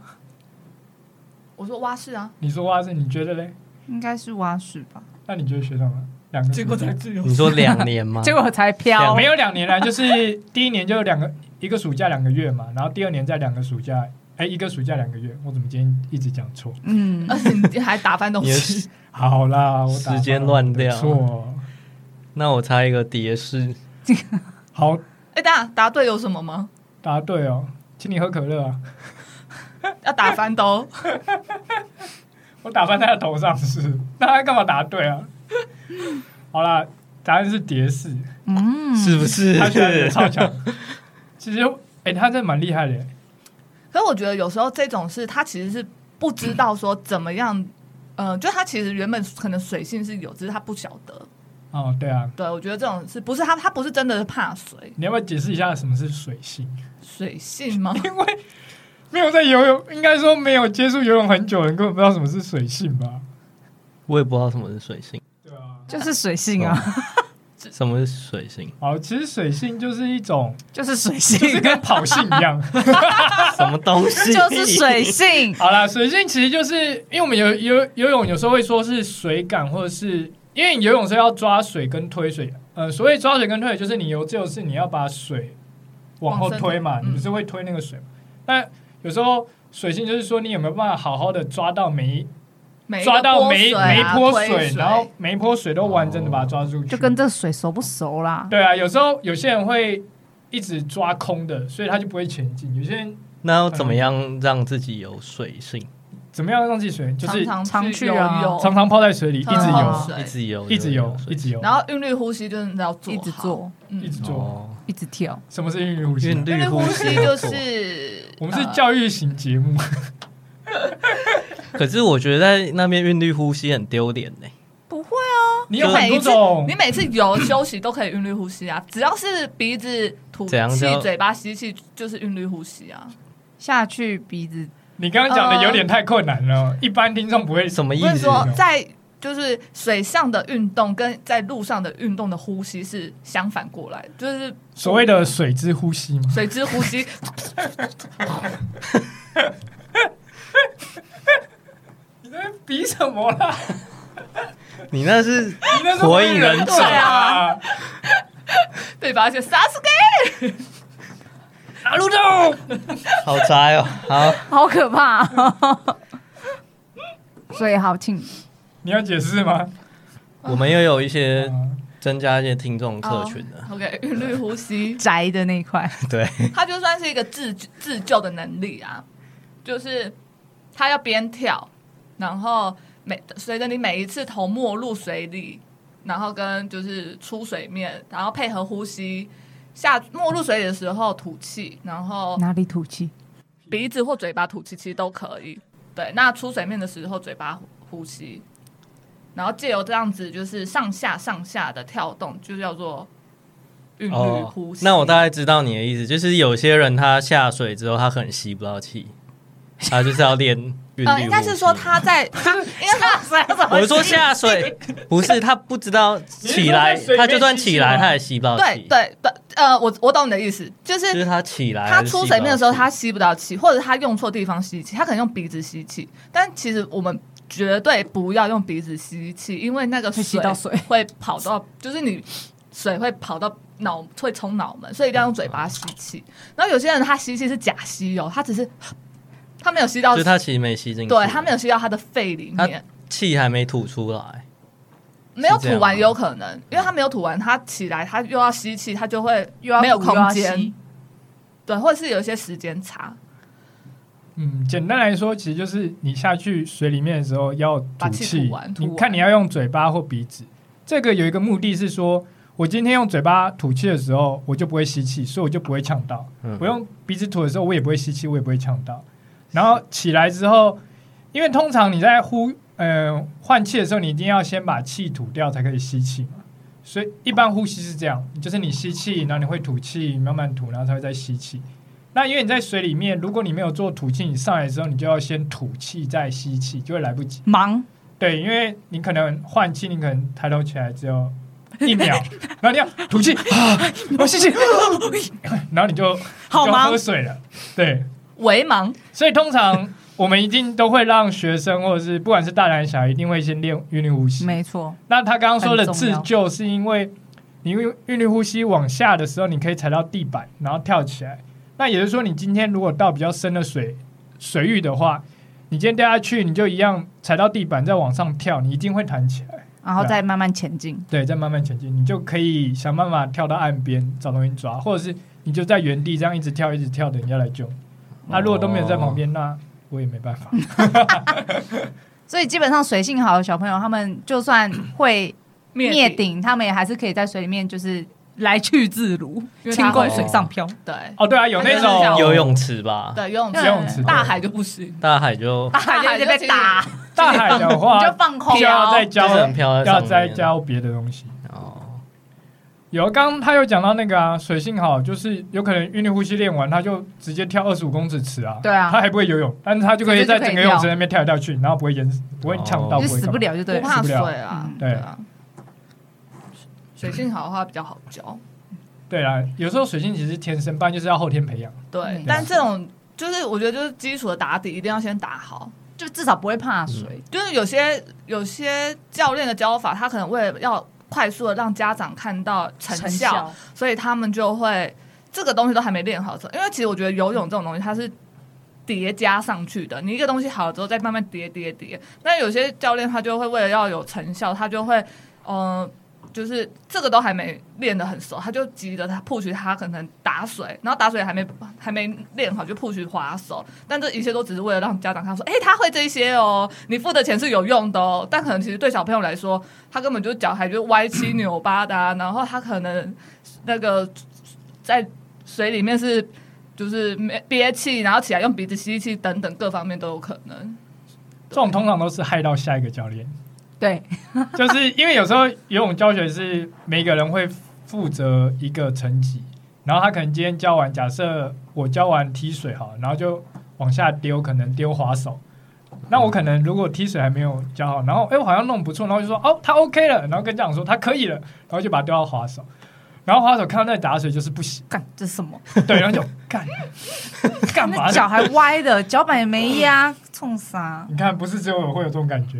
[SPEAKER 3] 我说蛙式啊，
[SPEAKER 1] 你说哇塞，你觉得嘞？
[SPEAKER 5] 应该是蛙式吧？
[SPEAKER 1] 那你觉得学到了两个暑假？
[SPEAKER 3] 自由
[SPEAKER 4] 你说两年 吗？
[SPEAKER 5] 结果才飘
[SPEAKER 4] 两
[SPEAKER 1] 没，有两年啦，啊就是第一年就两个一个暑假两个月嘛，然后第二年再两个暑假，哎、一个暑假两个月。我怎么今天一直讲错？
[SPEAKER 5] 嗯
[SPEAKER 3] 而，且你还打翻东
[SPEAKER 4] 你的
[SPEAKER 3] 西，
[SPEAKER 1] 好啦，我打
[SPEAKER 4] 时间乱掉
[SPEAKER 1] 错。
[SPEAKER 4] 那我猜一个蝶式，
[SPEAKER 1] 好，
[SPEAKER 3] 哎、大家答对有什么吗？
[SPEAKER 1] 答对哦，请你喝可乐啊！
[SPEAKER 3] 要打翻兜，
[SPEAKER 1] 我打翻他的头上是，那他干嘛答对啊？ 好啦，答案是蝶式，
[SPEAKER 5] 嗯，
[SPEAKER 4] 是不是
[SPEAKER 1] 他？学的超强。其实，哎、他真的蛮厉害的耶，
[SPEAKER 3] 可是我觉得有时候这种事，他其实是不知道说怎么样，呃，就他其实原本可能水性是有，只是他不晓得。
[SPEAKER 1] 哦，对啊。
[SPEAKER 3] 对，我觉得这种是不是他他不是真的怕水
[SPEAKER 1] 你要不要解释一下什么是水性？
[SPEAKER 3] 水性 吗？
[SPEAKER 1] 因为没有在游泳，应该说没有接触游泳很久的人，根本不知道什么是水性吧？
[SPEAKER 4] 我也不知道什么是水性，
[SPEAKER 1] 对啊。
[SPEAKER 5] 就是水性啊，
[SPEAKER 4] 什么是水性？
[SPEAKER 1] 好，其实水性就是一 种，
[SPEAKER 5] 就是水
[SPEAKER 1] 就
[SPEAKER 5] 性
[SPEAKER 1] 是，跟跑性一样。
[SPEAKER 4] 什么东西？
[SPEAKER 5] 就是水性。
[SPEAKER 1] 好啦，水性其实就是因为我们游游游泳有时候会说是水感，或者是因为你游泳是要抓水跟推水。呃，所谓抓水跟推水，就是你游自由式，你要把水往后推嘛，
[SPEAKER 3] 往深
[SPEAKER 1] 你不是会推那个水嘛？但有时候水性就是说你有没有办法好好的抓到每一
[SPEAKER 3] 每一个
[SPEAKER 1] 抓到每
[SPEAKER 3] 水
[SPEAKER 1] 每一
[SPEAKER 3] 啊
[SPEAKER 1] 泼
[SPEAKER 3] 推
[SPEAKER 1] 水，
[SPEAKER 3] 水
[SPEAKER 1] 然后每一泼水都完整的把它抓住去，
[SPEAKER 5] 就跟这水熟不熟啦，
[SPEAKER 1] 对啊，有时候有些人会一直抓空的，所以他就不会前进。有些人
[SPEAKER 4] 那要怎么样让自己有水性？
[SPEAKER 1] 怎么样让自己水，就是
[SPEAKER 3] 常
[SPEAKER 5] 常去
[SPEAKER 3] 游
[SPEAKER 5] 啊
[SPEAKER 3] 泳，
[SPEAKER 1] 常常泡在水里，一
[SPEAKER 3] 常
[SPEAKER 1] 直
[SPEAKER 3] 常
[SPEAKER 5] 泡
[SPEAKER 1] 游，
[SPEAKER 3] 水
[SPEAKER 4] 一直游，
[SPEAKER 1] 一直游，一
[SPEAKER 4] 水
[SPEAKER 1] 直游，
[SPEAKER 3] 然后韵律呼吸就是你要做
[SPEAKER 5] 一直
[SPEAKER 3] 好，
[SPEAKER 5] 做，
[SPEAKER 3] 嗯
[SPEAKER 1] 一直做。
[SPEAKER 4] 哦，
[SPEAKER 5] 一直跳，
[SPEAKER 1] 什么是韵律呼吸
[SPEAKER 4] 韵？律
[SPEAKER 3] 韵律呼
[SPEAKER 4] 呼
[SPEAKER 3] 吸
[SPEAKER 4] 吸
[SPEAKER 3] 就
[SPEAKER 4] 做
[SPEAKER 3] 是
[SPEAKER 1] 啊 我们是教育型节目，
[SPEAKER 4] 啊可是我觉得在那边韵律呼吸很丢脸欸呢。
[SPEAKER 3] 不会 啊，
[SPEAKER 1] 你有
[SPEAKER 3] 每一
[SPEAKER 1] 很多
[SPEAKER 3] 次
[SPEAKER 1] 种
[SPEAKER 3] 你每次游休息都可以韵律呼吸啊，只要是鼻子吐
[SPEAKER 4] 怎样
[SPEAKER 3] 气
[SPEAKER 4] 叫，
[SPEAKER 3] 嘴巴吸气，就是韵律呼吸啊。
[SPEAKER 5] 下去鼻子
[SPEAKER 1] 你刚刚讲的有点太困难
[SPEAKER 3] 嗯
[SPEAKER 1] 了，一般听众不会
[SPEAKER 4] 什么意
[SPEAKER 3] 我跟你
[SPEAKER 4] 思？
[SPEAKER 3] 说，在就是水上的运动跟在路上的运动的呼吸是相反过来，就是
[SPEAKER 1] 所谓的水之呼吸吗？
[SPEAKER 3] 水之呼吸。
[SPEAKER 1] 你在比什么啦？
[SPEAKER 4] 你那是
[SPEAKER 1] 你那是
[SPEAKER 4] 火影忍者
[SPEAKER 1] 火影啊！
[SPEAKER 3] 被发现 啥是 gay？
[SPEAKER 1] 阿鲁豆，
[SPEAKER 4] 好宅哦。好，
[SPEAKER 5] 好可怕、 所以好庆
[SPEAKER 1] 你要解释吗？
[SPEAKER 4] 我们又有一些
[SPEAKER 1] 嗯
[SPEAKER 4] 增加一些听众客群了。
[SPEAKER 3] OK，韵律呼吸，
[SPEAKER 5] 宅的那一块，
[SPEAKER 4] 对，
[SPEAKER 3] 它就算是一个自自救的能力啊，就是它要边跳，然后每随着你每一次头没入水里，然后跟就是出水面，然后配合呼吸。下没入水里的时候吐气，然后
[SPEAKER 5] 哪里吐气？
[SPEAKER 3] 鼻子或嘴巴吐气，其实都可以。对，那出水面的时候，嘴巴呼呼吸，然后借由这样子就是上下上下的跳动，就叫做 韵律呼吸。
[SPEAKER 4] 哦那我大概知道你的意思，就是有些人他下水之后他很吸不到 气，他就是要练韵律呼吸。
[SPEAKER 3] 呃，应该是说他在，他应该是
[SPEAKER 4] 我是说下 水不是他不知道起来
[SPEAKER 1] 你是说在水里，面
[SPEAKER 4] 他就算起
[SPEAKER 1] 吸气
[SPEAKER 4] 来
[SPEAKER 1] 吗
[SPEAKER 4] 他也吸不到
[SPEAKER 3] 对
[SPEAKER 4] 气。，
[SPEAKER 3] 对对，呃，我我懂你的意思，就是
[SPEAKER 4] 就是他起来
[SPEAKER 3] 他
[SPEAKER 4] 还是
[SPEAKER 3] 出
[SPEAKER 4] 吸
[SPEAKER 3] 水
[SPEAKER 4] 不
[SPEAKER 3] 面
[SPEAKER 4] 到
[SPEAKER 3] 的时候，
[SPEAKER 4] 气
[SPEAKER 3] 他吸不到气，或者他用错地方吸气，他可能用鼻子吸气，但其实我们绝对不要用鼻子吸气，因为那个
[SPEAKER 5] 会吸到水
[SPEAKER 3] 会跑到，就是你水会跑到脑，会冲脑门，所以一定要用嘴巴吸气。然后有些人他吸气是假吸哦，他只是他没有吸到
[SPEAKER 4] 就，是他其实没吸进去，
[SPEAKER 3] 对他没有吸到他的肺里
[SPEAKER 4] 他
[SPEAKER 3] 面，
[SPEAKER 4] 气还没吐出来，
[SPEAKER 3] 没有
[SPEAKER 4] 是这样
[SPEAKER 3] 吐完
[SPEAKER 4] 吗
[SPEAKER 3] 有可能，因为他没有吐完，他起来他又要吸气，他就会
[SPEAKER 5] 又要
[SPEAKER 3] 没有
[SPEAKER 5] 吐
[SPEAKER 3] 空
[SPEAKER 5] 又要
[SPEAKER 3] 间
[SPEAKER 5] 吸
[SPEAKER 3] 对，或者是有一些时间差，
[SPEAKER 1] 嗯，简单来说，其实就是你下去水里面的时候要
[SPEAKER 3] 把
[SPEAKER 1] 吐
[SPEAKER 3] 气
[SPEAKER 1] 气
[SPEAKER 3] 吐完，吐
[SPEAKER 1] 你
[SPEAKER 3] 完
[SPEAKER 1] 看你要用嘴巴或鼻子。这个有一个目的是说，我今天用嘴巴吐气的时候，我就不会吸气，所以我就不会呛到；
[SPEAKER 4] 嗯
[SPEAKER 1] 我用鼻子吐的时候，我也不会吸气，我也不会呛到。然后起来之后，因为通常你在呼呃换气的时候，你一定要先把气吐掉才可以吸气嘛。所以一般呼吸是这样，就是你吸气，然后你会吐气，慢慢吐，然后才会再吸气。那因为你在水里面，如果你没有做吐气，你上来的时候你就要先吐气再吸气，就会来不及。
[SPEAKER 5] 忙
[SPEAKER 1] 对，因为你可能换气，你可能抬头起来只有一 秒，然后你要吐气啊，我吸气，然后你就
[SPEAKER 5] 好
[SPEAKER 1] 就
[SPEAKER 5] 忙
[SPEAKER 1] 喝水了。对，
[SPEAKER 3] 微盲。
[SPEAKER 1] 所以通常我们一定都会让学生或者是不管是大人小孩，一定会先练韵律呼吸。
[SPEAKER 5] 没错，
[SPEAKER 1] 那他刚刚说的
[SPEAKER 5] 很重
[SPEAKER 1] 自
[SPEAKER 5] 要
[SPEAKER 1] 救，是因为你用韵律呼吸往下的时候，你可以踩到地板，然后跳起来。那也就是说，你今天如果到比较深的水水域的话，你今天掉下去，你就一样踩到地板，再往上跳，你一定会弹起来。
[SPEAKER 5] 然后再慢慢前进。
[SPEAKER 1] 对，再慢慢前进，你就可以想办法跳到岸边找东西抓，或者是你就在原地这样一直跳，一直跳，等人家来救你。那、如果都没有在旁边，那我也没办法。
[SPEAKER 5] 所以基本上水性好的小朋友，他们就算会灭顶，他们也还是可以在水里面就是来去自如，
[SPEAKER 3] 因为他
[SPEAKER 5] 轻功
[SPEAKER 4] 会
[SPEAKER 5] 水上漂。
[SPEAKER 3] 对
[SPEAKER 1] 哦，对啊，有那
[SPEAKER 3] 那就是
[SPEAKER 1] 种
[SPEAKER 3] 像
[SPEAKER 4] 游泳池吧，
[SPEAKER 3] 对，游泳
[SPEAKER 1] 游泳池
[SPEAKER 3] 池、啊大海就不行，
[SPEAKER 4] 大海就
[SPEAKER 5] 大海就一直被打，
[SPEAKER 1] 大海的话，
[SPEAKER 5] 你就放空
[SPEAKER 1] 就要再教
[SPEAKER 4] 就是很飘在上
[SPEAKER 1] 要
[SPEAKER 4] 面啊
[SPEAKER 1] 再教别的东西。
[SPEAKER 4] 哦，
[SPEAKER 1] 有，啊刚刚他有讲到那个啊，水性好，就是有可能韵律呼吸练完，他就直接跳二十五公尺池啊。
[SPEAKER 5] 对啊
[SPEAKER 1] 他还不会游泳，但是他就可以在整个泳池那边跳来跳去，然后不会淹死，不会呛到，
[SPEAKER 4] 哦
[SPEAKER 5] 就
[SPEAKER 1] 不会
[SPEAKER 5] 死
[SPEAKER 1] 干
[SPEAKER 5] 不
[SPEAKER 1] 嘛。
[SPEAKER 5] 了就对
[SPEAKER 3] 不
[SPEAKER 5] 了。
[SPEAKER 3] 怕
[SPEAKER 1] 死不
[SPEAKER 3] 水
[SPEAKER 1] 了
[SPEAKER 3] 啊
[SPEAKER 5] 嗯，
[SPEAKER 1] 对
[SPEAKER 3] 啊。水性好的话比较好教，
[SPEAKER 1] 对啊，有时候水性其实是天生，不然就是要后天培养。
[SPEAKER 3] 对
[SPEAKER 5] 嗯。
[SPEAKER 3] 但这种就是我觉得就是基础的打底一定要先打好，
[SPEAKER 5] 就至少不会怕水。
[SPEAKER 3] 就是有些有些教练的教法，他可能为了要快速的让家长看到成
[SPEAKER 5] 成
[SPEAKER 3] 效
[SPEAKER 5] 效，
[SPEAKER 3] 所以他们就会这个东西都还没练好的时候，因为其实我觉得游泳这种东西它是叠加上去的，你一个东西好了之后再慢慢叠叠叠。那有些教练他就会为了要有成效，他就会嗯、呃就是这个都还没练得很熟，他就急着他 push 他可能打水，然后打水还没还没练好就 push 滑手，但这一切都只是为了让家长看说，哎、他会这些哦，你付的钱是有用的哦。但可能其实对小朋友来说，他根本就脚还就歪七扭八的、啊，然后他可能那个在水里面是就是没憋气，然后起来用鼻子吸气等等各方面都有可能。
[SPEAKER 1] 这种通常都是害到下一个教练，
[SPEAKER 5] 对，
[SPEAKER 1] 就是因为有时候游泳教学是每个人会负责一个层级，然后他可能今天教完，假设我教完踢水好了，然后就往下丢，可能丢滑手。那我可能如果踢水还没有教好，然后哎、诶我好像弄不错，然后就说哦他 OK 了，然后跟家长说他可以了，然后就把他丢到滑手，然后滑手看到那打水就是不行，
[SPEAKER 5] 嗯干这是什么？
[SPEAKER 1] 对，然后就 干干嘛
[SPEAKER 5] 那
[SPEAKER 1] 呢？
[SPEAKER 5] 脚还歪的， 脚板也没压，冲啥？
[SPEAKER 1] 你看不是只有我会有这种感觉，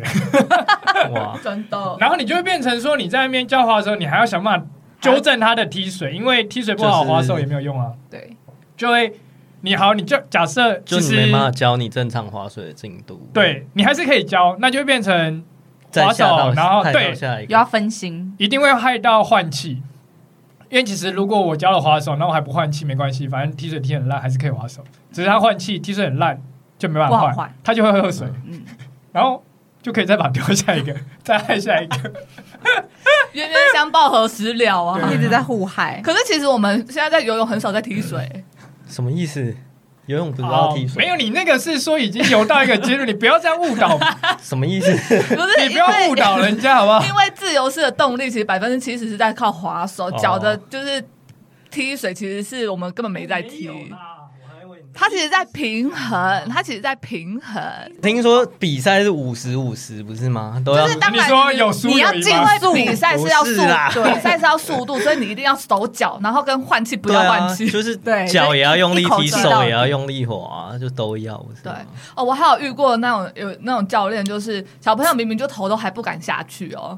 [SPEAKER 4] 哇，
[SPEAKER 3] 真的，
[SPEAKER 1] 然后你就会变成说，你在那边教滑的时候，你还要想办法纠正他的踢水，因为踢水不好，
[SPEAKER 4] 就是
[SPEAKER 1] 滑手也没有用啊。
[SPEAKER 3] 对，
[SPEAKER 1] 就会你好，你就假设
[SPEAKER 4] 就
[SPEAKER 1] 其
[SPEAKER 4] 你
[SPEAKER 1] 实
[SPEAKER 4] 没办法教你正常划水的进度，，
[SPEAKER 1] 对你还是可以教，那就会变成
[SPEAKER 4] 再
[SPEAKER 1] 滑
[SPEAKER 4] 下到
[SPEAKER 1] 手，然后
[SPEAKER 4] 再到
[SPEAKER 1] 对，
[SPEAKER 4] 下一
[SPEAKER 5] 又
[SPEAKER 4] 个
[SPEAKER 5] 要分心，
[SPEAKER 1] 一定会害到换气。因为其实如果我教了滑手，那我还不换气没关系，反正踢水踢很烂，还是可以滑手。只是他换气，踢水很烂就没办
[SPEAKER 5] 不
[SPEAKER 1] 法
[SPEAKER 5] 好
[SPEAKER 1] 换，
[SPEAKER 5] 换
[SPEAKER 1] 他就会喝水，
[SPEAKER 5] 嗯，
[SPEAKER 1] 然后就可以再把它丢下一个， 再害下一个。
[SPEAKER 3] 冤冤相报何时了啊！
[SPEAKER 1] 对
[SPEAKER 5] 一直在互害。
[SPEAKER 3] 可是其实我们现在在游泳很少在踢水，
[SPEAKER 4] 什么意思？游泳不是要踢
[SPEAKER 1] 哦
[SPEAKER 4] 水？
[SPEAKER 1] 没有，你那个是说已经游到一个阶段，你不要这样误导，
[SPEAKER 4] 什么意思？
[SPEAKER 3] 不 是
[SPEAKER 1] 你不要
[SPEAKER 3] 因为
[SPEAKER 1] 误导人家好不好？
[SPEAKER 3] 因为自由式的动力其实百分之七十是在靠滑手，
[SPEAKER 4] 哦
[SPEAKER 3] 脚的就是踢水，其实是我们根本没在踢。它
[SPEAKER 4] 他
[SPEAKER 3] 其实在平衡，它其实在平衡，
[SPEAKER 4] 听说比赛是五十五十，不是吗？都要
[SPEAKER 3] 就是当
[SPEAKER 1] 你
[SPEAKER 3] 然
[SPEAKER 1] 说有输
[SPEAKER 5] 你要
[SPEAKER 1] 有赢
[SPEAKER 5] 进
[SPEAKER 1] 吗
[SPEAKER 5] 位？
[SPEAKER 3] 因为比赛是要速
[SPEAKER 4] 啊不是啦，
[SPEAKER 3] 比赛是要速度，所以你一定要手脚，然后跟换气不
[SPEAKER 4] 对
[SPEAKER 3] 要
[SPEAKER 4] 啊
[SPEAKER 3] 换，气。
[SPEAKER 4] 就是
[SPEAKER 5] 对
[SPEAKER 4] 脚也要用力
[SPEAKER 5] 一口
[SPEAKER 4] 踢，
[SPEAKER 5] 气
[SPEAKER 4] 手
[SPEAKER 5] 到
[SPEAKER 4] 也要
[SPEAKER 5] 底
[SPEAKER 4] 用力滑、就都要。不是吗
[SPEAKER 3] 哦，我还有遇过那种有那种教练，就是小朋友明明就头都还不敢下去哦，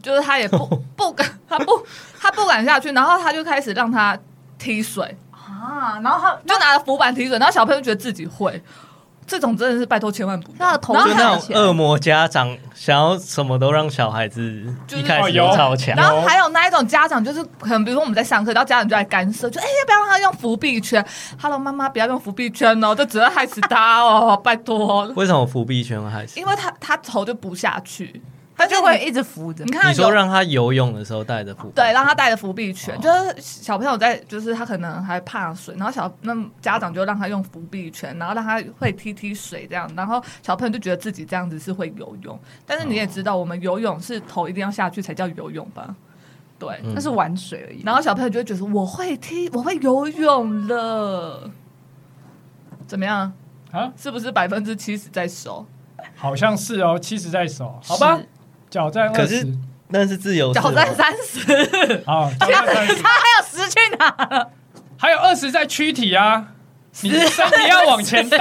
[SPEAKER 3] 就是他也不 不敢，他不他不敢下去，然后他就开始让他踢水，
[SPEAKER 5] 啊，然后他
[SPEAKER 3] 就拿着浮板踢水，然后小朋友觉得自己会，这种真的是拜托千万不
[SPEAKER 5] 那
[SPEAKER 3] 要。
[SPEAKER 5] 个头
[SPEAKER 3] 然后
[SPEAKER 4] 就
[SPEAKER 5] 看
[SPEAKER 4] 那
[SPEAKER 5] 起
[SPEAKER 4] 种
[SPEAKER 5] 来
[SPEAKER 4] 恶魔家长想要什么都让小孩子
[SPEAKER 3] 就是
[SPEAKER 4] 一开
[SPEAKER 1] 哦
[SPEAKER 4] 始
[SPEAKER 1] 有
[SPEAKER 4] 就超强，
[SPEAKER 3] 然后还有那一种家长，就是可能比如说我们在上课，然后家长就来干涉，就哎、要不要让他用伏币圈？Hello，妈妈不要用伏币圈哦，这只会害死他哦， 拜托。
[SPEAKER 4] 为什么伏笔圈还是？
[SPEAKER 3] 因为他他头就不下去，
[SPEAKER 5] 他就会一直扶着
[SPEAKER 3] 你。看
[SPEAKER 4] 你
[SPEAKER 3] 有
[SPEAKER 4] 说让他游泳的时候带着伏笔，
[SPEAKER 3] 对，让他带着伏币圈，
[SPEAKER 4] 哦
[SPEAKER 3] 就是小朋友在，就是他可能还怕水，然后小那家长就让他用伏币圈，然后让他会踢踢水这样，然后小朋友就觉得自己这样子是会游泳，但是你也知道，我们游泳是头一定要下去才叫游泳吧？对，
[SPEAKER 4] 嗯
[SPEAKER 5] 那是玩水而已，
[SPEAKER 3] 然后小朋友就会觉得我会踢，我会游泳了，怎么样？
[SPEAKER 1] 啊，
[SPEAKER 3] 是不是百分之七十在手？
[SPEAKER 1] 好像是哦，七十在手，好吧，脚在
[SPEAKER 4] 可
[SPEAKER 1] 二
[SPEAKER 4] 是
[SPEAKER 1] 十，
[SPEAKER 4] 但是自由式
[SPEAKER 3] 脚
[SPEAKER 4] 哦
[SPEAKER 3] 在三十，
[SPEAKER 1] 啊，脚在30
[SPEAKER 5] 还有十去 哪？
[SPEAKER 1] 还有二十在躯体啊，你身体要往前 带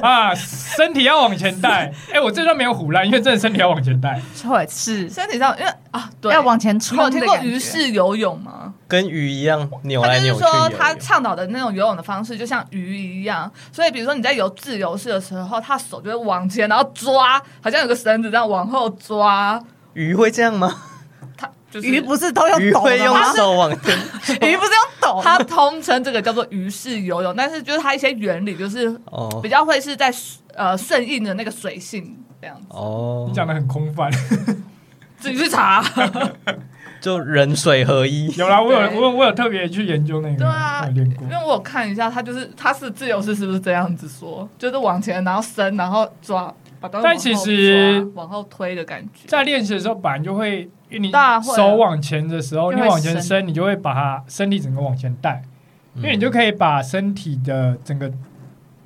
[SPEAKER 1] 啊，身体要往前带。哎，我这段没有虎烂，因为真的身体要往前带，
[SPEAKER 5] 错是
[SPEAKER 3] 身体上因为啊，对，
[SPEAKER 5] 要往前冲
[SPEAKER 3] 你有听
[SPEAKER 5] 的
[SPEAKER 3] 过
[SPEAKER 5] 感觉
[SPEAKER 3] 鱼式游泳吗？
[SPEAKER 4] 跟鱼一样扭
[SPEAKER 3] 他
[SPEAKER 4] 来
[SPEAKER 3] 就
[SPEAKER 4] 扭
[SPEAKER 3] 是
[SPEAKER 4] 去
[SPEAKER 3] 说
[SPEAKER 4] 游，泳
[SPEAKER 3] 他倡导的那种游泳的方式，就像鱼一样。所以，比如说你在游自由式的时候，他手就会往前，然后抓，好像有个绳子这样往后抓。
[SPEAKER 4] 鱼会这样吗？
[SPEAKER 3] 他就是
[SPEAKER 5] 鱼，不是都用
[SPEAKER 4] 鱼
[SPEAKER 5] 抖
[SPEAKER 4] 会
[SPEAKER 5] 的
[SPEAKER 4] 用
[SPEAKER 5] 吗？
[SPEAKER 4] 手往前
[SPEAKER 5] 鱼不是用抖
[SPEAKER 3] 他
[SPEAKER 5] 的，
[SPEAKER 3] 通称这个叫做鱼式游泳，但是就是它一些原理就是
[SPEAKER 4] 哦
[SPEAKER 3] 比较会是在呃顺应的那个水性这样子。
[SPEAKER 4] 哦
[SPEAKER 1] 你，讲的很空 泛。
[SPEAKER 3] 自己去查。
[SPEAKER 4] 就人水合一，
[SPEAKER 1] 有啦，我有
[SPEAKER 3] 对
[SPEAKER 1] 我有我有特别去研究那个，
[SPEAKER 3] 对啊
[SPEAKER 1] 我有练过
[SPEAKER 3] 因。为我有看一下，他就是他是自由式，是不是这样子说？就是往前，然后伸，然后抓，把东西
[SPEAKER 1] 但
[SPEAKER 3] 往后
[SPEAKER 1] 其实
[SPEAKER 3] 抓往后推的感觉。
[SPEAKER 1] 在练习的时候，本来就会，因为你
[SPEAKER 3] 大会啊
[SPEAKER 1] 手往前的时候，
[SPEAKER 5] 就
[SPEAKER 1] 你
[SPEAKER 5] 会
[SPEAKER 1] 往前
[SPEAKER 5] 伸
[SPEAKER 1] 伸，你就会把它身体整个往前带，因为你
[SPEAKER 4] 嗯
[SPEAKER 1] 就可以把身体的整个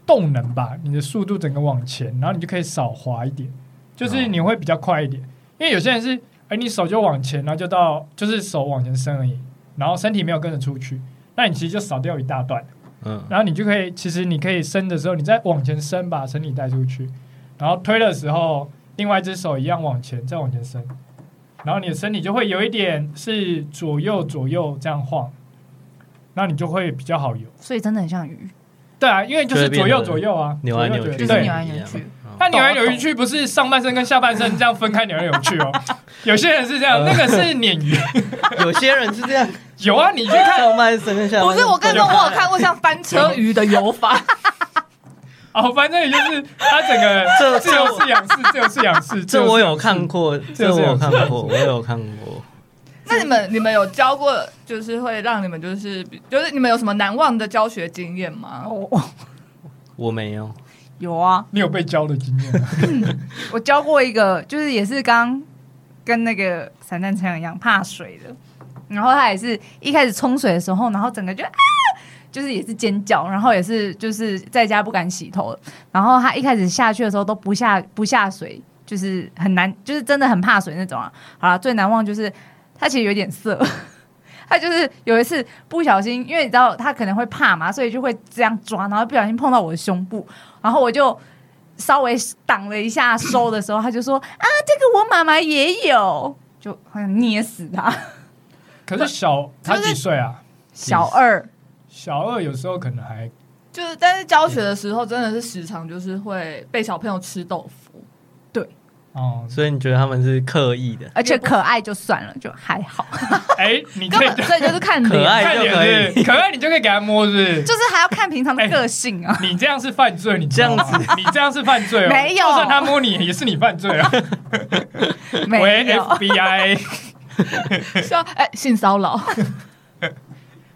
[SPEAKER 1] 动能吧，你的速度整个往前，然后你就可以少滑一点，就是
[SPEAKER 4] 哦
[SPEAKER 1] 你会比较快一点。因为有些人是，哎，你手就往前，然后就到就是手往前伸而已，然后身体没有跟着出去，那你其实就少掉一大段。
[SPEAKER 4] 嗯
[SPEAKER 1] 然后你就可以，其实你可以伸的时候，你再往前伸，把身体带出去，然后推的时候，另外一只手一样往前，再往前伸，然后你的身体就会有一点是左右左右这样晃，那你就会比较好游。
[SPEAKER 5] 所以真的很像鱼。
[SPEAKER 1] 对啊，因为就是左右左右啊，
[SPEAKER 4] 扭来
[SPEAKER 1] 左
[SPEAKER 4] 扭
[SPEAKER 1] 右左
[SPEAKER 4] 去，
[SPEAKER 1] 右
[SPEAKER 5] 就是
[SPEAKER 1] 对
[SPEAKER 5] 扭。来扭去
[SPEAKER 1] 那扭来扭去不是上半身跟下半身这样分开扭来扭去哦，有些人是这
[SPEAKER 4] 呃
[SPEAKER 1] 样，那个是鲶鱼。
[SPEAKER 4] 有些人是这样，
[SPEAKER 1] 有啊，你去看
[SPEAKER 4] 上半身跟下半
[SPEAKER 3] 不
[SPEAKER 4] 身
[SPEAKER 3] 是，我跟你说，我有看过像翻车鱼的游法，
[SPEAKER 1] 哦，反正也就是它整个
[SPEAKER 4] 这
[SPEAKER 1] 自由式仰式，自由式仰式，
[SPEAKER 4] 这我
[SPEAKER 1] 有。
[SPEAKER 4] 有看过，
[SPEAKER 1] 这
[SPEAKER 4] 这
[SPEAKER 1] 我
[SPEAKER 4] 我
[SPEAKER 1] 有
[SPEAKER 4] 有
[SPEAKER 1] 看
[SPEAKER 4] 看
[SPEAKER 1] 过
[SPEAKER 4] 过，我有看过。
[SPEAKER 3] 那你们你们有教过，就是会让你们就是比就是你们有什么难忘的教学经验吗？
[SPEAKER 5] 哦，
[SPEAKER 4] 我没有，
[SPEAKER 5] 有啊，
[SPEAKER 1] 你有被教的经验吗？
[SPEAKER 5] 我教过一个，就是也是刚跟那个散弹枪一样怕水的，然后他也是一开始冲水的时候，然后整个就啊，就是也是尖叫，然后也是就是在家不敢洗头，然后他一开始下去的时候都不下不下水，就是很难，就是真的很怕水那种啊。好了，最难忘就是他其实有点色。他就是有一次不小心，因为你知道他可能会怕嘛，所以就会这样抓，然后不小心碰到我的胸部，然后我就稍微挡了一下收的时候，他就说：“啊，这个我妈妈也有。”就好像捏死他。
[SPEAKER 1] 可是小他几岁啊？
[SPEAKER 5] 小二，
[SPEAKER 1] 小二有时候可能还
[SPEAKER 3] 就是但是教学的时候真的是时常就是会被小朋友吃豆腐，
[SPEAKER 1] 哦，
[SPEAKER 4] 所以你觉得他们是刻意的？
[SPEAKER 5] 而且可爱就算了，就还好，
[SPEAKER 1] 哎，你
[SPEAKER 3] 根
[SPEAKER 1] 可以
[SPEAKER 3] 本所以就是
[SPEAKER 5] 嗯
[SPEAKER 3] 看
[SPEAKER 4] 可
[SPEAKER 3] 脸。
[SPEAKER 4] 爱
[SPEAKER 1] 看
[SPEAKER 4] 就
[SPEAKER 1] 脸
[SPEAKER 4] 可
[SPEAKER 1] 是不
[SPEAKER 4] 以
[SPEAKER 1] 是，可爱你就可以给他摸，是不是？
[SPEAKER 5] 就是还要看平常的个性啊。
[SPEAKER 1] 你这样是犯罪，你知道吗？你这样是犯罪哦。
[SPEAKER 5] 没有
[SPEAKER 1] 就算他摸你也是你犯罪啊。
[SPEAKER 5] 没
[SPEAKER 1] 喂
[SPEAKER 5] 有，
[SPEAKER 1] ，FBI，
[SPEAKER 3] 是啊，哎，性骚扰，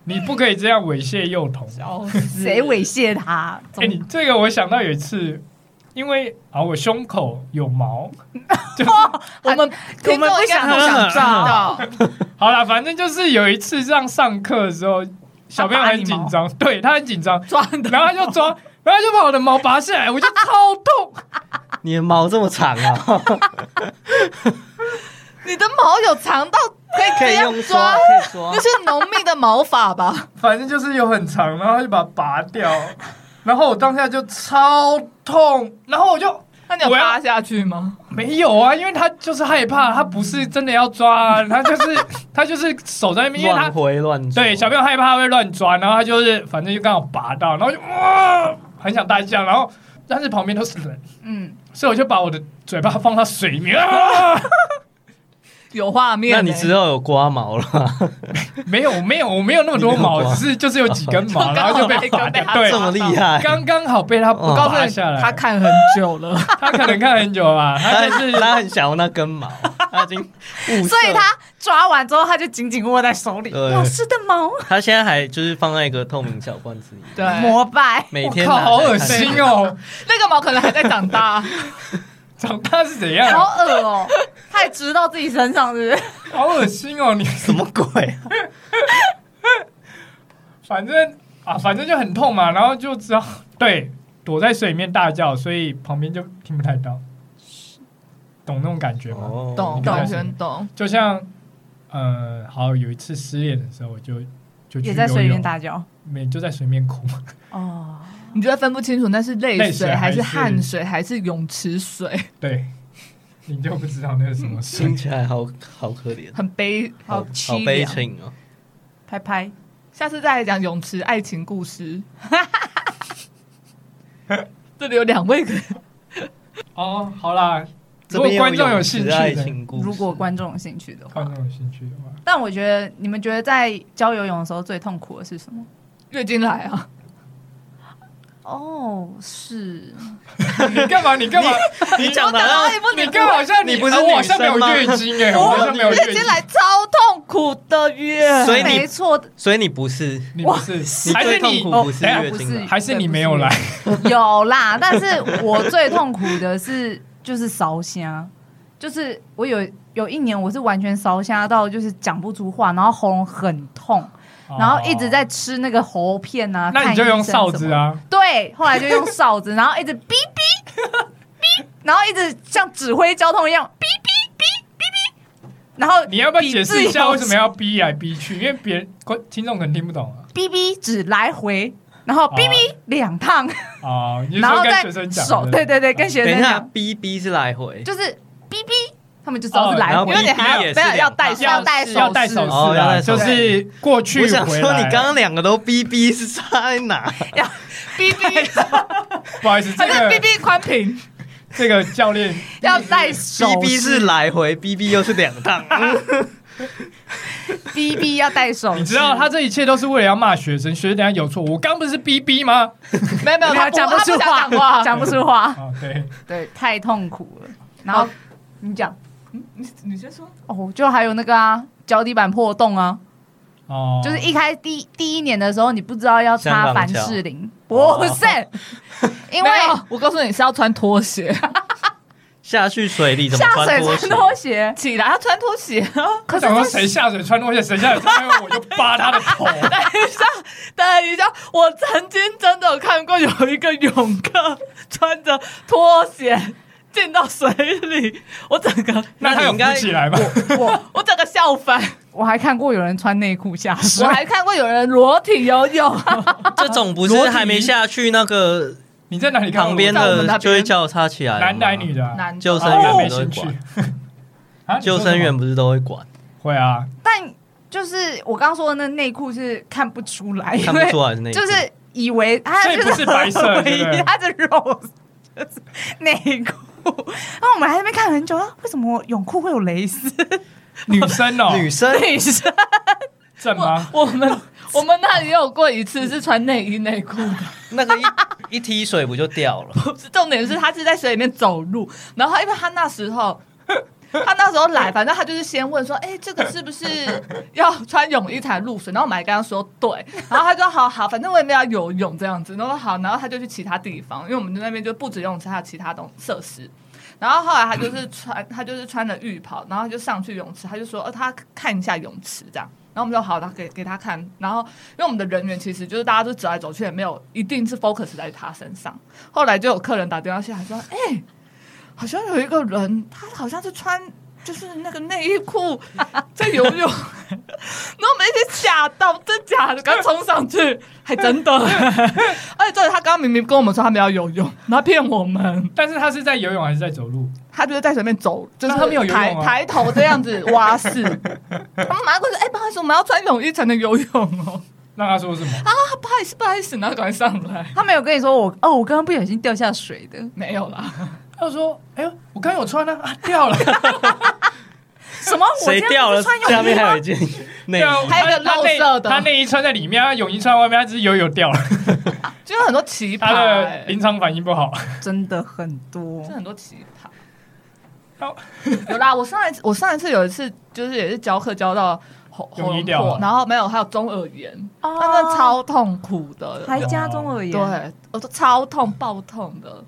[SPEAKER 1] 你不可以这样猥亵幼童。
[SPEAKER 3] 哎
[SPEAKER 5] 谁猥亵他？
[SPEAKER 1] 哎、你这个我想到有一次，因为啊，我胸口有毛，
[SPEAKER 3] 我们
[SPEAKER 5] 我们不想
[SPEAKER 3] 听众应该不想知道，
[SPEAKER 1] 好啦，反正就是有一次上上课的时候，小朋友很紧张，对他很紧张，
[SPEAKER 3] 抓的
[SPEAKER 1] 然后他就抓，然后他就把我的毛拔下来，我就超痛。
[SPEAKER 4] 你的毛这么长啊，
[SPEAKER 3] 你的毛有长到可以
[SPEAKER 4] 可
[SPEAKER 3] 这
[SPEAKER 4] 以
[SPEAKER 3] 样
[SPEAKER 4] 用刷，
[SPEAKER 3] 抓
[SPEAKER 4] 可，以刷
[SPEAKER 3] 那。是浓密的毛发吧？
[SPEAKER 1] 反正就是有很长，然后他就把它拔掉，然后我当下就超痛，然后我就
[SPEAKER 3] 那你有
[SPEAKER 1] 我要
[SPEAKER 3] 扒下去吗？
[SPEAKER 1] 没有啊，因为他就是害怕，他不是真的要抓、啊，他就是 他就是手在那边，因为他
[SPEAKER 4] 乱回乱抓
[SPEAKER 1] 对，小朋友害怕会乱抓，然后他就是反正就刚好拔到，然后就哇，很想大叫，然后但是旁边都是人，
[SPEAKER 5] 嗯，
[SPEAKER 1] 所以我就把我的嘴巴放到水里面，啊、
[SPEAKER 3] 有画面欸、
[SPEAKER 4] 那你之后有刮毛了吗？
[SPEAKER 1] 没有没有，我没有那么多毛，
[SPEAKER 4] 你没有
[SPEAKER 1] 只
[SPEAKER 4] 啊
[SPEAKER 1] 是就是有几根毛，
[SPEAKER 3] 就刚好
[SPEAKER 1] 然后就被拔
[SPEAKER 3] 那一根被
[SPEAKER 1] 掉，
[SPEAKER 3] 他
[SPEAKER 1] 对
[SPEAKER 4] 这，么厉害，
[SPEAKER 1] 刚刚好被他
[SPEAKER 4] 我
[SPEAKER 3] 告诉
[SPEAKER 1] 拔
[SPEAKER 3] 你
[SPEAKER 1] 下来，
[SPEAKER 3] 他看很久了，
[SPEAKER 1] 他可能看很久吧，他
[SPEAKER 4] 但
[SPEAKER 1] 就是
[SPEAKER 4] 是 他很想要那根毛，他已经物色
[SPEAKER 5] 所以他抓完之后，他就紧紧握在手里。
[SPEAKER 4] 对
[SPEAKER 5] 老师的毛，啊
[SPEAKER 4] 他现在还就是放在一个透明小罐子里，
[SPEAKER 3] 对，
[SPEAKER 5] 膜拜。
[SPEAKER 4] 每
[SPEAKER 1] 我
[SPEAKER 4] 天
[SPEAKER 1] 靠，
[SPEAKER 4] 拿
[SPEAKER 1] 好恶
[SPEAKER 4] 来看
[SPEAKER 1] 心哦，
[SPEAKER 3] 那个毛可能还在长大，
[SPEAKER 1] 长大是怎样？
[SPEAKER 5] 好恶哦、他也植到自己身上，是不是？
[SPEAKER 1] 好恶心哦，你
[SPEAKER 4] 什么鬼啊？
[SPEAKER 1] 反正啊，反正就很痛嘛，然后就只好对躲在水里面大叫，所以旁边就听不太到，懂那种感觉吗？
[SPEAKER 4] 哦
[SPEAKER 3] 懂
[SPEAKER 1] 懂
[SPEAKER 3] 完全懂。
[SPEAKER 1] 就像呃，好有一次失恋的时候，我就就去
[SPEAKER 5] 也在水里
[SPEAKER 1] 游
[SPEAKER 5] 面
[SPEAKER 1] 泳
[SPEAKER 5] 打搅。
[SPEAKER 1] 没就在水里面哭，
[SPEAKER 5] 哦，
[SPEAKER 3] 你就会分不清楚那是
[SPEAKER 1] 泪
[SPEAKER 3] 泪
[SPEAKER 1] 水
[SPEAKER 3] 水还是
[SPEAKER 1] 还是
[SPEAKER 3] 汗水还是泳池水，
[SPEAKER 1] 对，你就不知道那是什么水
[SPEAKER 4] 听。起来好好可怜，
[SPEAKER 3] 很悲，
[SPEAKER 4] 好好
[SPEAKER 3] 凄
[SPEAKER 4] 悲
[SPEAKER 3] 凉。
[SPEAKER 4] 情哦。
[SPEAKER 5] 拍拍，
[SPEAKER 3] 下次再来讲泳池爱情故事。 这里有两位可以
[SPEAKER 1] 哦，好啦，
[SPEAKER 4] 这
[SPEAKER 1] 如果
[SPEAKER 4] 边
[SPEAKER 1] 观众有
[SPEAKER 4] 泳
[SPEAKER 1] 兴
[SPEAKER 4] 池
[SPEAKER 1] 趣
[SPEAKER 4] 爱
[SPEAKER 1] 的，
[SPEAKER 4] 情故事，
[SPEAKER 5] 如果观众有兴趣的话
[SPEAKER 1] 观。众有兴趣的话，
[SPEAKER 5] 但我觉得你们觉得在教游泳的时候最痛苦的是什么？
[SPEAKER 3] 月经来啊，
[SPEAKER 5] 哦，是
[SPEAKER 1] 你干嘛？你干嘛？
[SPEAKER 4] 你讲的
[SPEAKER 3] 我
[SPEAKER 4] 好
[SPEAKER 3] 讲到
[SPEAKER 4] 像
[SPEAKER 3] 一半
[SPEAKER 1] 啊你干嘛？好像
[SPEAKER 4] 你不是
[SPEAKER 1] 呃我好
[SPEAKER 4] 女
[SPEAKER 1] 像没有
[SPEAKER 4] 生吗
[SPEAKER 1] 月经哎，我好像没有
[SPEAKER 3] 月
[SPEAKER 1] 月
[SPEAKER 3] 经
[SPEAKER 1] 经，
[SPEAKER 3] 来超痛苦的月，
[SPEAKER 4] 所以你
[SPEAKER 5] 没错，
[SPEAKER 4] 所以你不是，
[SPEAKER 1] 你不是
[SPEAKER 4] 你
[SPEAKER 1] 还是
[SPEAKER 4] 最痛
[SPEAKER 1] 你
[SPEAKER 4] 苦
[SPEAKER 5] 哦
[SPEAKER 4] 不是
[SPEAKER 1] 等下
[SPEAKER 4] 月经
[SPEAKER 5] 不
[SPEAKER 4] 来
[SPEAKER 5] 是，
[SPEAKER 1] 还是你没有来？
[SPEAKER 5] 有啦。但是我最痛苦的是就是烧虾，就是我有有一年我是完全烧虾到就是讲不出话，然后喉咙很痛，然后一直在吃那个喉片啊。
[SPEAKER 1] 哦那
[SPEAKER 5] 看
[SPEAKER 1] 你就
[SPEAKER 5] 医
[SPEAKER 1] 用
[SPEAKER 5] 生
[SPEAKER 1] 哨
[SPEAKER 5] 什么
[SPEAKER 1] 子啊，
[SPEAKER 5] 对，后来就用哨子，然啊后一直哔哔哔，然后一直像指挥交通一样哔哔哔哔哔，然后
[SPEAKER 1] 你要不要解释一下为什么
[SPEAKER 5] 要
[SPEAKER 1] 要逼来逼去？因为别人观听众可能听不懂啊。
[SPEAKER 5] 哔哔只来回，然后哔哔两趟，
[SPEAKER 1] 哦，你是
[SPEAKER 5] 然
[SPEAKER 1] 说
[SPEAKER 5] 后
[SPEAKER 1] 跟
[SPEAKER 5] 再
[SPEAKER 1] 学生讲的？哦
[SPEAKER 5] 手对对对，跟学
[SPEAKER 4] 哦等
[SPEAKER 5] 生
[SPEAKER 4] 一下
[SPEAKER 5] 讲，
[SPEAKER 4] ，B B 是来回，
[SPEAKER 5] 啊就是哎哔哔，他们就知
[SPEAKER 1] 哦
[SPEAKER 5] 道是来
[SPEAKER 4] 然后
[SPEAKER 5] 回，因为你还
[SPEAKER 4] 哔哔也是
[SPEAKER 5] 要要戴
[SPEAKER 4] 两
[SPEAKER 5] 要戴
[SPEAKER 1] 要戴手
[SPEAKER 5] 手
[SPEAKER 1] 势
[SPEAKER 4] 哦要
[SPEAKER 1] 啊，
[SPEAKER 4] 戴
[SPEAKER 1] 就
[SPEAKER 4] 手势
[SPEAKER 1] 是过去
[SPEAKER 4] 我想
[SPEAKER 1] 回
[SPEAKER 4] 说
[SPEAKER 1] 来啊
[SPEAKER 4] 你刚刚两个都 B B 是差在哪？
[SPEAKER 3] 哔哔，
[SPEAKER 1] 不好意思，这
[SPEAKER 3] 还是 哔
[SPEAKER 1] 个
[SPEAKER 3] 哔宽屏，
[SPEAKER 1] 这个教练
[SPEAKER 5] 要戴手
[SPEAKER 4] B B 是来回，B B 又是两趟，
[SPEAKER 5] 哔哔要戴手势，
[SPEAKER 1] 你知道他这一切都是为了要骂学生，学生等下有错，我刚不是逼逼吗？
[SPEAKER 3] 没有没有，
[SPEAKER 5] 没有
[SPEAKER 3] 他
[SPEAKER 5] 讲
[SPEAKER 3] 不
[SPEAKER 5] 不
[SPEAKER 3] 他
[SPEAKER 5] 出
[SPEAKER 3] 不想讲话
[SPEAKER 5] 话，，讲不出话，
[SPEAKER 1] 啊，对，
[SPEAKER 5] 对，太痛苦了。然后你讲。
[SPEAKER 3] 你你先说。
[SPEAKER 5] 哦，就还有那个啊，脚底板破洞啊。
[SPEAKER 1] 哦，
[SPEAKER 5] 就是一开第一第一年的时候，你不知道要
[SPEAKER 4] 香
[SPEAKER 5] 擦
[SPEAKER 4] 港
[SPEAKER 5] 凡
[SPEAKER 4] 脚
[SPEAKER 5] 士林，
[SPEAKER 4] 哦
[SPEAKER 5] 不是，因为
[SPEAKER 3] 没有，我告诉你是要穿拖鞋
[SPEAKER 4] 下去水里怎么
[SPEAKER 5] 下水
[SPEAKER 4] 穿拖
[SPEAKER 5] 穿
[SPEAKER 4] 鞋？
[SPEAKER 5] 拖鞋，
[SPEAKER 3] 起来，要穿拖鞋啊。
[SPEAKER 5] 可是
[SPEAKER 1] 想说
[SPEAKER 5] 在
[SPEAKER 1] 谁下水穿拖鞋，谁下水穿拖鞋，我就扒他的头。
[SPEAKER 3] 等一下，我曾经真的有看过有一个泳客穿着拖鞋进到水里，我整个
[SPEAKER 1] 那他有
[SPEAKER 4] 应该
[SPEAKER 1] 扶起来吗？
[SPEAKER 3] 我我整个笑翻。
[SPEAKER 5] 我还看过有人穿内裤下水
[SPEAKER 3] 我，还看过有人裸体游 泳，
[SPEAKER 4] 这种不
[SPEAKER 1] 裸
[SPEAKER 4] 是
[SPEAKER 1] 体
[SPEAKER 4] 还没下去那个
[SPEAKER 1] 你在哪里看过
[SPEAKER 4] 旁边
[SPEAKER 3] 在我们那
[SPEAKER 4] 的
[SPEAKER 3] 边
[SPEAKER 4] 就会叫我插起来了吗，
[SPEAKER 1] 男男女的啊，
[SPEAKER 3] 男
[SPEAKER 4] 救生
[SPEAKER 1] 啊我
[SPEAKER 4] 员
[SPEAKER 1] 没
[SPEAKER 4] 都会
[SPEAKER 1] 兴趣
[SPEAKER 4] 管，。
[SPEAKER 1] 啊
[SPEAKER 4] 救生员不是都会 管，
[SPEAKER 1] 会啊，
[SPEAKER 5] 但就是我刚说的那内裤是看不出来，因
[SPEAKER 4] 看不
[SPEAKER 5] 为
[SPEAKER 4] 出来是那一
[SPEAKER 5] 就
[SPEAKER 4] 件
[SPEAKER 5] 是以为它
[SPEAKER 1] 所以
[SPEAKER 5] 就
[SPEAKER 1] 不是白色
[SPEAKER 5] 合
[SPEAKER 1] 对不对
[SPEAKER 5] 为它的肉就是内裤。然后我们还在那边看很久，啊为什么泳裤会有蕾丝？
[SPEAKER 1] 女生哦，
[SPEAKER 4] 女生
[SPEAKER 5] 女生
[SPEAKER 1] 正吗？
[SPEAKER 3] 我们我们那里也有过一次是穿内衣内裤的，
[SPEAKER 4] 那个一 一踢水不就掉 了？
[SPEAKER 3] 不是重点是他是在水里面走路，然后因为他那时候。他那时候来，反正他就是先问说：“哎、这个是不是要穿泳衣才入水？”然后我们还跟他说：“对。”然后他说：“好好，反正我也没有要游泳这样子。”然后好，然后他就去其他地方，因为我们那边就不止游泳池，还有其他东设施。然后后来他就是穿， 他就是穿了浴袍，然后就上去泳池，他就说，呃，他看一下泳池这样。然后我们就好，他给给他看。然后因为我们的人员其实就是大家都走来走去，也没有一定是 focus 在他身上。后来就有客人打电话去，还说，哎、好像有一个人，他好像是穿就是那个内衣裤在游泳， 然后我们一起吓到，真假的，刚冲上去，还真 的。而且对，他刚刚明明跟我们说他没有游泳，然后骗我们。
[SPEAKER 1] 但是他是在游泳还是在走路？
[SPEAKER 3] 他就是在水面走，就是
[SPEAKER 1] 那他没 有游泳啊
[SPEAKER 3] 抬抬头这样子蛙 式。他们马上过去，哎、不好意思，我们要穿泳衣才能游泳哦。
[SPEAKER 1] 那他说什么？
[SPEAKER 3] 啊，不好意思，不好意思，然后赶快上来。
[SPEAKER 5] 他没有跟你说我哦，我刚刚不小心掉下水的，
[SPEAKER 3] 没有啦，
[SPEAKER 1] 他说：“哎呦，我刚有穿啊，啊掉 了。
[SPEAKER 5] 什么？我
[SPEAKER 4] 谁
[SPEAKER 5] 今天
[SPEAKER 4] 掉
[SPEAKER 5] 不
[SPEAKER 4] 了
[SPEAKER 5] 是穿？
[SPEAKER 4] 下
[SPEAKER 5] 泳衣
[SPEAKER 4] 面还
[SPEAKER 5] 吗
[SPEAKER 4] 有一？件内
[SPEAKER 1] 对
[SPEAKER 4] 衣
[SPEAKER 1] 啊”
[SPEAKER 3] 还有一个
[SPEAKER 1] 他他内
[SPEAKER 3] 肉色的
[SPEAKER 1] 他内衣穿在里面，他泳衣穿在外面，他只是游泳掉了。
[SPEAKER 3] 就有很多奇葩、
[SPEAKER 1] 他的
[SPEAKER 3] 欸
[SPEAKER 1] 临，场反应不好。
[SPEAKER 5] 真的很多
[SPEAKER 3] 真的很多奇葩。
[SPEAKER 1] 好
[SPEAKER 3] 有啦，我上一次我上一次有一次就是也是教课教到喉
[SPEAKER 1] 泳
[SPEAKER 3] 喉
[SPEAKER 1] 衣
[SPEAKER 3] 咙
[SPEAKER 1] 掉
[SPEAKER 3] 破
[SPEAKER 1] 了，
[SPEAKER 3] 然后没有还有中耳炎，
[SPEAKER 5] 哦
[SPEAKER 3] 他真的超痛苦的，
[SPEAKER 5] 还加中耳炎，
[SPEAKER 1] 啊
[SPEAKER 3] 对，我都超痛爆痛的。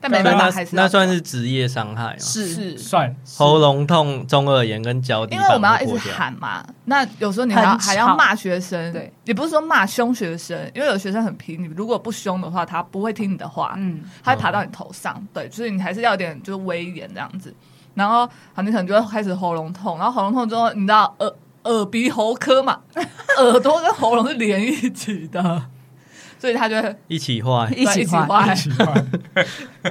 [SPEAKER 3] 但没
[SPEAKER 4] 所以
[SPEAKER 3] 办
[SPEAKER 4] 啊那
[SPEAKER 3] 法，还是要
[SPEAKER 4] 那算是职业伤害嘛？
[SPEAKER 3] 是
[SPEAKER 1] 算
[SPEAKER 4] 喉咙痛、中耳炎跟脚底
[SPEAKER 3] 因
[SPEAKER 4] 板
[SPEAKER 3] 为我们要一直
[SPEAKER 4] 会破掉
[SPEAKER 3] 喊嘛，那有时候你还要
[SPEAKER 5] 很吵
[SPEAKER 3] 还要骂学生，
[SPEAKER 5] 对，
[SPEAKER 3] 也不是说骂凶学生，因为有学生很皮，你如果不凶的话，他不会听你的话，
[SPEAKER 5] 嗯，
[SPEAKER 3] 他会爬到你头上，对，所以你还是要有点就是威严这样子。然后好，你可能就会开始喉咙痛，然后喉咙痛之后，你知道耳耳鼻喉科嘛， 耳朵跟喉咙是连一起的，所以他就会
[SPEAKER 4] 一起坏。
[SPEAKER 5] 一
[SPEAKER 3] 对
[SPEAKER 5] 起
[SPEAKER 3] 一起
[SPEAKER 5] 画
[SPEAKER 3] 坏，
[SPEAKER 1] 奇怪，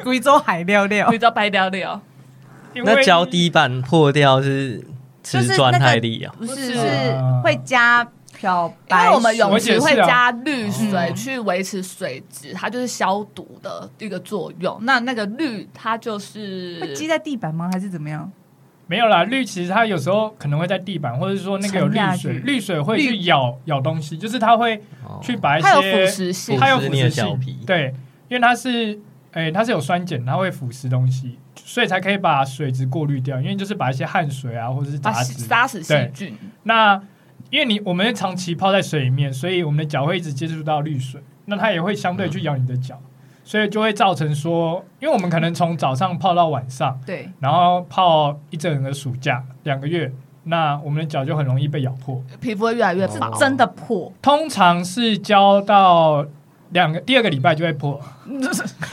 [SPEAKER 5] 贵州海料料
[SPEAKER 3] 所以，叫白聊聊。
[SPEAKER 1] 因为
[SPEAKER 4] 那脚底板破掉是瓷砖太力啊，
[SPEAKER 5] 不
[SPEAKER 3] 是
[SPEAKER 5] 是
[SPEAKER 1] 是
[SPEAKER 5] 是会加漂
[SPEAKER 3] 因
[SPEAKER 5] 白水，
[SPEAKER 3] 为我们
[SPEAKER 1] 我
[SPEAKER 3] 泳
[SPEAKER 1] 解
[SPEAKER 3] 池
[SPEAKER 1] 释
[SPEAKER 3] 会
[SPEAKER 1] 啊
[SPEAKER 3] 加滤水
[SPEAKER 5] 嗯
[SPEAKER 3] 去维持水质，它就是消毒的一个作用。那那个氯它就是
[SPEAKER 5] 会积在地板吗？还是怎么样？
[SPEAKER 1] 没有啦。氯其实它有时候可能会在地板，或者说那个有
[SPEAKER 5] 沉
[SPEAKER 1] 氯
[SPEAKER 5] 下
[SPEAKER 1] 水，
[SPEAKER 5] 去
[SPEAKER 1] 氯水会
[SPEAKER 5] 氯
[SPEAKER 1] 去咬咬东西，就是它会
[SPEAKER 4] 哦
[SPEAKER 1] 去把一些
[SPEAKER 3] 它有腐蚀性，
[SPEAKER 1] 它有
[SPEAKER 4] 腐
[SPEAKER 1] 腐
[SPEAKER 4] 蚀你的
[SPEAKER 1] 蚀
[SPEAKER 4] 小
[SPEAKER 1] 性
[SPEAKER 4] 皮
[SPEAKER 1] 对，因为它是，诶、它是有酸碱，它会腐蚀东西，所以才可以把水质过滤掉。因为就是把一些汗水啊，或者是
[SPEAKER 3] 把
[SPEAKER 1] 杂
[SPEAKER 3] 细
[SPEAKER 1] 质。
[SPEAKER 3] 杀死细
[SPEAKER 1] 对
[SPEAKER 3] 菌。
[SPEAKER 1] 那因为你我们长期泡在水里面，所以我们的脚会一直接触到氯水，那它也会相
[SPEAKER 4] 嗯
[SPEAKER 1] 对去咬你的脚，所以就会造成说，因为我们可能从早上泡到晚上，
[SPEAKER 5] 对，
[SPEAKER 1] 然后泡一整个暑假两个月，那我们的脚就很容易被咬破。
[SPEAKER 3] 皮肤会越来越薄，
[SPEAKER 4] 哦
[SPEAKER 5] 真的破，
[SPEAKER 1] 通常是教到两个第二个礼拜就会 破，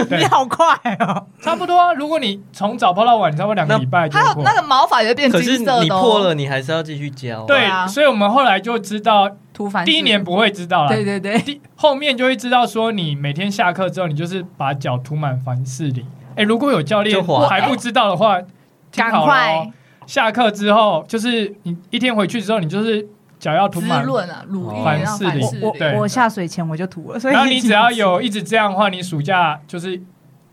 [SPEAKER 1] 对
[SPEAKER 5] 你好快哦！
[SPEAKER 1] 差不多啊。如果你从早泡到晚，差不多两个礼拜就
[SPEAKER 3] 还
[SPEAKER 1] 会
[SPEAKER 3] 有
[SPEAKER 1] 破。
[SPEAKER 3] 那个毛发也会变
[SPEAKER 4] 可是
[SPEAKER 3] 金色的、哦。
[SPEAKER 4] 你破了，你还是要继续教啊。
[SPEAKER 1] 对，
[SPEAKER 3] 啊
[SPEAKER 1] 所以我们后来就知道，
[SPEAKER 5] 涂凡
[SPEAKER 1] 第一年，不会知道啦，
[SPEAKER 5] 对对对，
[SPEAKER 1] 第后面就会知道说，你每天下课之后，你就是把脚涂满凡士林。哎、如果有教
[SPEAKER 4] 就
[SPEAKER 1] 练
[SPEAKER 4] 滑
[SPEAKER 1] 还不知道的话，听
[SPEAKER 5] 赶
[SPEAKER 1] 好了哦
[SPEAKER 5] 快。
[SPEAKER 1] 下课之后，就是你一天回去之后，你就是脚要涂
[SPEAKER 3] 滋
[SPEAKER 1] 满，
[SPEAKER 3] 润啊，乳液
[SPEAKER 4] 凡
[SPEAKER 3] 然后
[SPEAKER 1] 士
[SPEAKER 3] 凡
[SPEAKER 1] 林
[SPEAKER 3] 士
[SPEAKER 5] 我
[SPEAKER 1] 对
[SPEAKER 3] 林。
[SPEAKER 5] 我我下水前我就涂了，所以
[SPEAKER 1] 然后你只要有一直这样的话，你暑假就是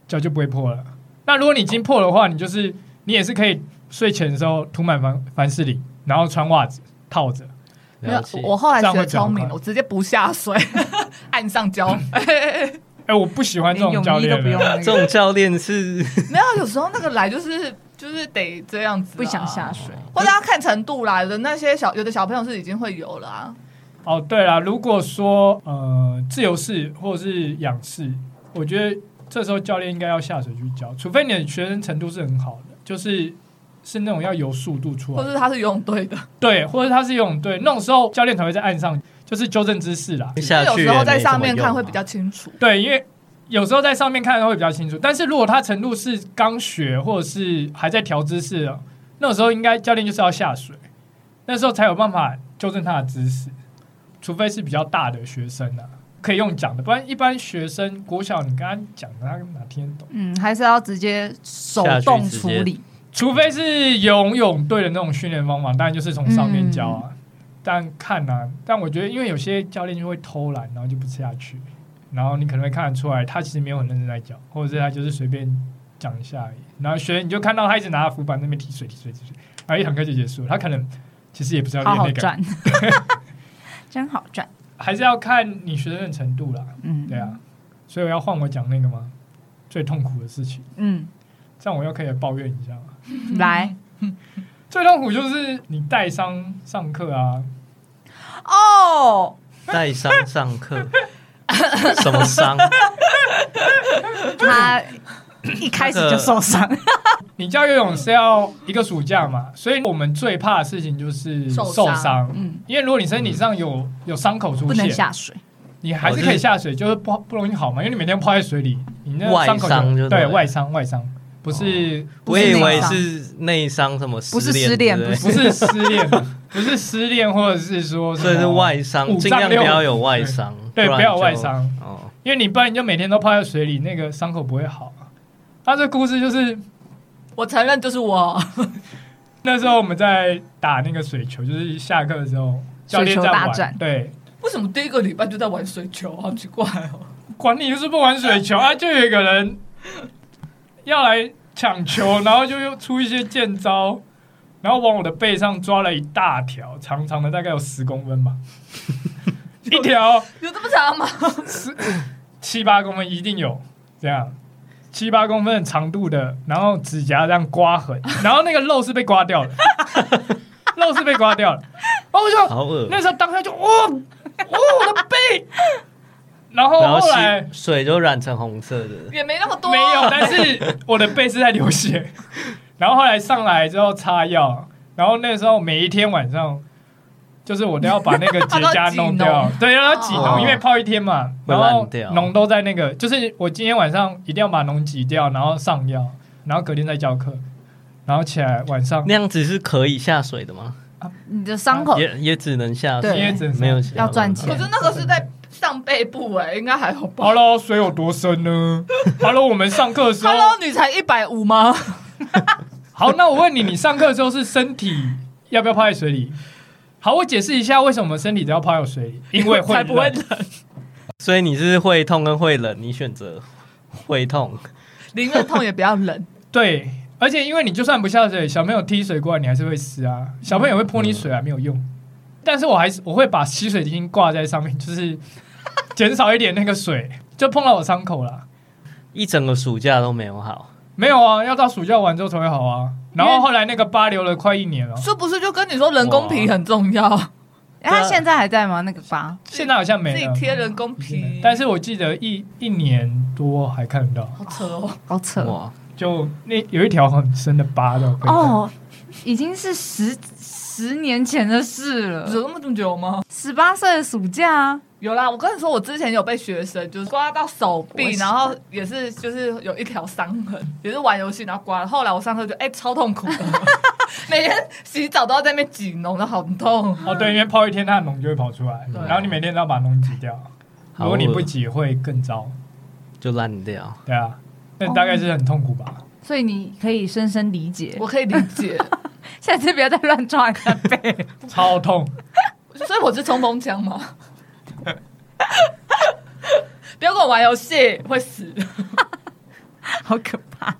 [SPEAKER 1] 脚就不会破了。那如果你已经破的话，你就是你也是可以睡前的时候涂满凡凡士林，然后穿袜子套着。
[SPEAKER 3] 没
[SPEAKER 4] 了
[SPEAKER 3] 有
[SPEAKER 4] 解，
[SPEAKER 3] 我后来
[SPEAKER 1] 这样
[SPEAKER 3] 学
[SPEAKER 1] 会比较
[SPEAKER 3] 聪明，
[SPEAKER 1] 快
[SPEAKER 3] 我直接不下水， 岸上教。
[SPEAKER 1] 哎、我不喜欢这
[SPEAKER 5] 连
[SPEAKER 1] 种教
[SPEAKER 5] 泳
[SPEAKER 1] 练啊
[SPEAKER 5] 衣都不用
[SPEAKER 1] 了。
[SPEAKER 5] 那
[SPEAKER 4] 这
[SPEAKER 5] 个，
[SPEAKER 4] 种教练是
[SPEAKER 3] 没有，有时候那个来就是就是得这样子、啊
[SPEAKER 5] 不想下，水。
[SPEAKER 3] 或者要看程度啦。有的那些小有的小朋友是已经会游了啊，
[SPEAKER 1] 哦，对啦，如果说呃自由式或是仰式，我觉得这时候教练应该要下水去教，除非你的学生程度是很好的，就是是那种要游速度出
[SPEAKER 3] 或
[SPEAKER 1] 来的，
[SPEAKER 3] 者是他是游泳队的，
[SPEAKER 1] 对，或者他是游泳队，那种时候教练才会在岸上就是纠正姿势啦。
[SPEAKER 4] 下
[SPEAKER 3] 有
[SPEAKER 4] 去
[SPEAKER 3] 时候
[SPEAKER 4] 也
[SPEAKER 3] 在
[SPEAKER 4] 没什
[SPEAKER 3] 上
[SPEAKER 4] 么
[SPEAKER 3] 面
[SPEAKER 4] 用
[SPEAKER 3] 看会
[SPEAKER 4] 啊
[SPEAKER 3] 比较清楚。
[SPEAKER 1] 对，因为有时候在上面看会比较清楚，但是如果他程度是刚学或者是还在调姿势的，那种时候应该教练就是要下水，那时候才有办法纠正他的姿势，除非是比较大的学生啊，可以用讲的，不然一般学生国小你跟他讲，他哪听得懂？
[SPEAKER 5] 嗯，还是要直接手
[SPEAKER 4] 下去
[SPEAKER 5] 动
[SPEAKER 4] 直
[SPEAKER 5] 处
[SPEAKER 4] 接
[SPEAKER 5] 理。
[SPEAKER 1] 除非是游泳队的那种训练方法，当然就是从上面教啊。
[SPEAKER 5] 嗯
[SPEAKER 1] 但看啊，但我觉得，因为有些教练就会偷懒，然后就不下去，然后你可能会看得出来，他其实没有很认真在教，或者是他就是随便讲一下而已。然后学员你就看到他一直拿着浮板那边提水、提水、提水，然后一堂课就结束了。他可能其实也不知道
[SPEAKER 5] 好
[SPEAKER 1] 练
[SPEAKER 5] 好
[SPEAKER 1] 那个，
[SPEAKER 5] 赚， 真好赚。
[SPEAKER 1] 还是要看你学生的程度啦。
[SPEAKER 5] 嗯，
[SPEAKER 1] 对，啊，所以我要换我讲那个吗？最痛苦的事情，
[SPEAKER 5] 嗯，
[SPEAKER 1] 这样我又可以抱怨一下吗？
[SPEAKER 5] 来
[SPEAKER 1] 最痛苦就是你带伤上课啊，
[SPEAKER 5] 哦，
[SPEAKER 4] 带伤上课，什么伤？
[SPEAKER 5] 他一开始就受伤，
[SPEAKER 1] 你教游泳是要一个暑假嘛，所以我们最怕的事情就是
[SPEAKER 3] 受伤
[SPEAKER 1] 受伤，
[SPEAKER 5] 嗯，
[SPEAKER 1] 因为如果你身体上有有伤口出
[SPEAKER 5] 不能
[SPEAKER 1] 现，
[SPEAKER 5] 下水。
[SPEAKER 1] 你还是可以下水，就是不不容易好嘛，因为你每天泡在水里，你那个伤口
[SPEAKER 4] 哦外伤啊哦就对
[SPEAKER 1] 对
[SPEAKER 4] 了
[SPEAKER 1] 外伤外伤，不是、
[SPEAKER 5] 不
[SPEAKER 4] 我
[SPEAKER 5] 是
[SPEAKER 4] 以
[SPEAKER 5] 内
[SPEAKER 4] 为
[SPEAKER 5] 伤
[SPEAKER 4] 是内伤，什么
[SPEAKER 5] 不是
[SPEAKER 4] 失
[SPEAKER 5] 失恋
[SPEAKER 4] 对
[SPEAKER 5] 不
[SPEAKER 4] 对
[SPEAKER 1] 不是失恋， 不是失恋，或者是说什么
[SPEAKER 4] 所以是外伤，
[SPEAKER 1] 五
[SPEAKER 4] 尽
[SPEAKER 1] 脏
[SPEAKER 4] 量不
[SPEAKER 1] 六
[SPEAKER 4] 要
[SPEAKER 1] 腑
[SPEAKER 4] 有外伤，
[SPEAKER 1] 对
[SPEAKER 4] 然
[SPEAKER 1] 不要有
[SPEAKER 4] 就
[SPEAKER 1] 外伤
[SPEAKER 4] 哦。
[SPEAKER 1] 因为你不然你就每天都泡在水里，那个伤口不会好啊。他、这故事就是
[SPEAKER 3] 我承认就是我，
[SPEAKER 1] 那时候我们在打那个水球，就是下课的时候，教练
[SPEAKER 5] 水球
[SPEAKER 1] 在
[SPEAKER 5] 大
[SPEAKER 1] 玩，
[SPEAKER 5] 战
[SPEAKER 1] 对，
[SPEAKER 3] 为什么第一个礼拜就在玩水球，好奇怪哦。
[SPEAKER 1] 管你就是不玩水 球啊，就有一个人要来抢球，然后就又出一些剑招，然后往我的背上抓了一大条，长长的大概有十公分 吧，一条
[SPEAKER 3] 有这么长吗？
[SPEAKER 1] 七八公分一定有，这样七八公分的长度的，然后指甲这样刮痕，然后那个肉是被刮掉 了，肉是被刮掉了，然后我就
[SPEAKER 4] 好恶
[SPEAKER 1] 那时候当下就哦哦我的背，然后
[SPEAKER 4] 然后
[SPEAKER 1] 后来
[SPEAKER 4] 洗。水就染成红色的，
[SPEAKER 3] 也没那么
[SPEAKER 5] 啊
[SPEAKER 3] 多，
[SPEAKER 1] 没有，但是我的背是在流血。然后后来上来之后擦药，然后那时候每一天晚上，就是我都要把那个结痂弄
[SPEAKER 3] 把它
[SPEAKER 1] 掉，对，让它挤
[SPEAKER 4] 哦
[SPEAKER 1] 脓，因为泡一天嘛，
[SPEAKER 4] 会
[SPEAKER 1] 然
[SPEAKER 4] 烂
[SPEAKER 1] 后
[SPEAKER 4] 掉
[SPEAKER 1] 脓都在那个，就是我今天晚上一定要把脓挤掉，然后上药，然后隔天再教课，然后起来晚上
[SPEAKER 4] 那样子是可以下水的吗？
[SPEAKER 5] 你的伤
[SPEAKER 1] 哦
[SPEAKER 5] 口
[SPEAKER 4] 啊也也只能下
[SPEAKER 5] 对
[SPEAKER 1] 因为
[SPEAKER 4] 水，
[SPEAKER 1] 只能
[SPEAKER 4] 没有其他
[SPEAKER 5] 要赚
[SPEAKER 4] 办
[SPEAKER 5] 钱
[SPEAKER 4] 法
[SPEAKER 3] 可是那个是在上背部哎、应该还好吧。
[SPEAKER 1] Hello，水有多深呢？Hello，我们上课的时候
[SPEAKER 3] Hello，你才一百五吗？
[SPEAKER 1] 好，那我问你，你上课的时候是身体要不要泡在水里？好，我解释一下为什么身体都要泡在水里，因为会
[SPEAKER 3] 才不会
[SPEAKER 1] 冷
[SPEAKER 3] 冷。
[SPEAKER 4] 所以你是会痛跟会冷，你选择会痛，
[SPEAKER 3] 宁愿痛也不要冷。
[SPEAKER 1] 对，而且因为你就算不下水，小朋友踢水过来，你还是会湿啊，小朋友也会泼你水啊，没有用。但是我还是我会把吸水巾挂在上面，就是减少一点那个水，就碰到我伤口啦。
[SPEAKER 4] 一整个暑假都没有好。
[SPEAKER 1] 没有啊，要到暑假完之后才会好啊。然后后来那个疤留了快一年了，
[SPEAKER 3] 是不是就跟你说人工皮很重要？
[SPEAKER 5] 哎他现在还在吗？那个疤
[SPEAKER 1] 现在好像
[SPEAKER 3] 自
[SPEAKER 1] 没
[SPEAKER 3] 己
[SPEAKER 1] 了。
[SPEAKER 3] 贴人工皮，
[SPEAKER 1] 嗯但是我记得一一年多还看得到。
[SPEAKER 3] 好扯哦。
[SPEAKER 5] 好
[SPEAKER 1] 呃
[SPEAKER 5] 扯
[SPEAKER 4] 哇，
[SPEAKER 1] 就那有一条很深的疤的哦，
[SPEAKER 5] 哦，已经是十十年前的事了。
[SPEAKER 3] 有那么久吗？
[SPEAKER 5] 十八岁的暑假啊，
[SPEAKER 3] 有啦，我跟你说，我之前有被学生就是刮到手
[SPEAKER 4] 我
[SPEAKER 3] 臂，
[SPEAKER 4] 是
[SPEAKER 3] 然后也是就是有一条伤痕，也是玩游戏然后刮。后来我上课就哎、超痛苦的， 每天洗澡都要在那边挤脓，的好痛。
[SPEAKER 1] 哦对，因为泡一天它的脓就会跑出来，
[SPEAKER 4] 对
[SPEAKER 1] 然后你每天都要把脓挤掉，
[SPEAKER 4] 好
[SPEAKER 1] 如果你不
[SPEAKER 4] 恶
[SPEAKER 1] 挤会更糟，
[SPEAKER 4] 就烂掉，
[SPEAKER 1] 对啊，那
[SPEAKER 5] 哦
[SPEAKER 1] 大概是很痛苦 吧。
[SPEAKER 5] 所以你可以深深理解
[SPEAKER 3] 我。可以理解，
[SPEAKER 5] 下次不要再乱抓人家背。
[SPEAKER 1] 超痛，
[SPEAKER 3] 所以我是冲锋枪吗？ 不要跟我玩游戏，会死。
[SPEAKER 5] 好可怕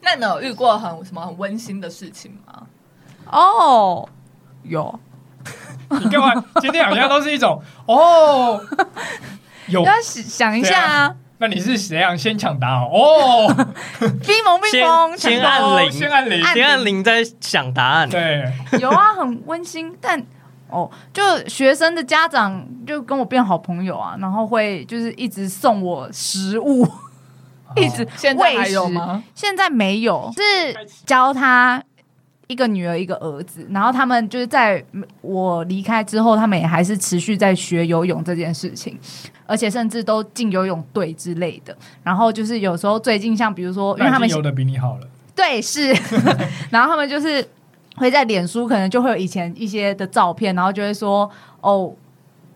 [SPEAKER 3] 那你有遇过很什么很温馨的事情吗？
[SPEAKER 5] 哦！有，
[SPEAKER 1] 你干 嘛？今天好像都是一种哦，有
[SPEAKER 5] 要想想一下啊，
[SPEAKER 1] 那你是谁啊？先抢答哦，哦
[SPEAKER 5] 冰蒙冰蒙，
[SPEAKER 4] 先
[SPEAKER 5] 抢到
[SPEAKER 4] 按铃
[SPEAKER 1] 先按铃，
[SPEAKER 4] 先按铃再想答案。
[SPEAKER 1] 对，
[SPEAKER 5] 有啊，很温馨，但。哦，就学生的家长就跟我变好朋友啊，然后会就是一直送我食物， 一直
[SPEAKER 3] 现在还有吗？
[SPEAKER 5] 现在没有，是教他一个女儿一个儿子，然后他们就是在我离开之后，他们也还是持续在学游泳这件事情，而且甚至都进游泳队之类的。然后就是有时候最近像比如说，因为他
[SPEAKER 1] 那已
[SPEAKER 5] 们
[SPEAKER 1] 经游的比你好了，
[SPEAKER 5] 对是， 然后他们就是会在脸书可能就会有以前一些的照片，然后就会说哦。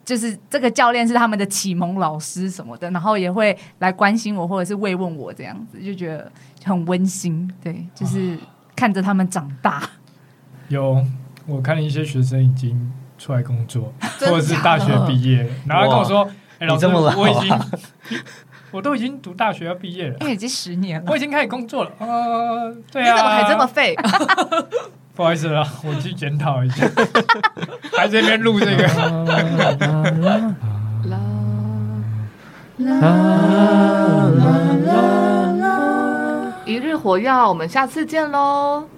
[SPEAKER 5] 就是这个教练是他们的启蒙老师什么的，然后也会来关心我或者是慰问我这样子，就觉得很温馨。对，就是看着他们长大，
[SPEAKER 1] 有我看了一些学生已经出来工作，
[SPEAKER 3] 真的
[SPEAKER 1] 或者是大学毕业，然后他跟我说：“哎，老
[SPEAKER 4] 你
[SPEAKER 1] 师，
[SPEAKER 4] 这么老
[SPEAKER 1] 我已经
[SPEAKER 4] 啊
[SPEAKER 1] 我都已经读大学要毕业了，
[SPEAKER 5] 因为已经十年了
[SPEAKER 1] 我。已经开始工作了。”呃，对
[SPEAKER 3] 你
[SPEAKER 1] 啊，
[SPEAKER 3] 怎么还这么废？
[SPEAKER 1] 不好意思啦，我去检讨一 下，还在那边录这个。
[SPEAKER 4] 啊
[SPEAKER 3] 一日火药，我们下次见喽。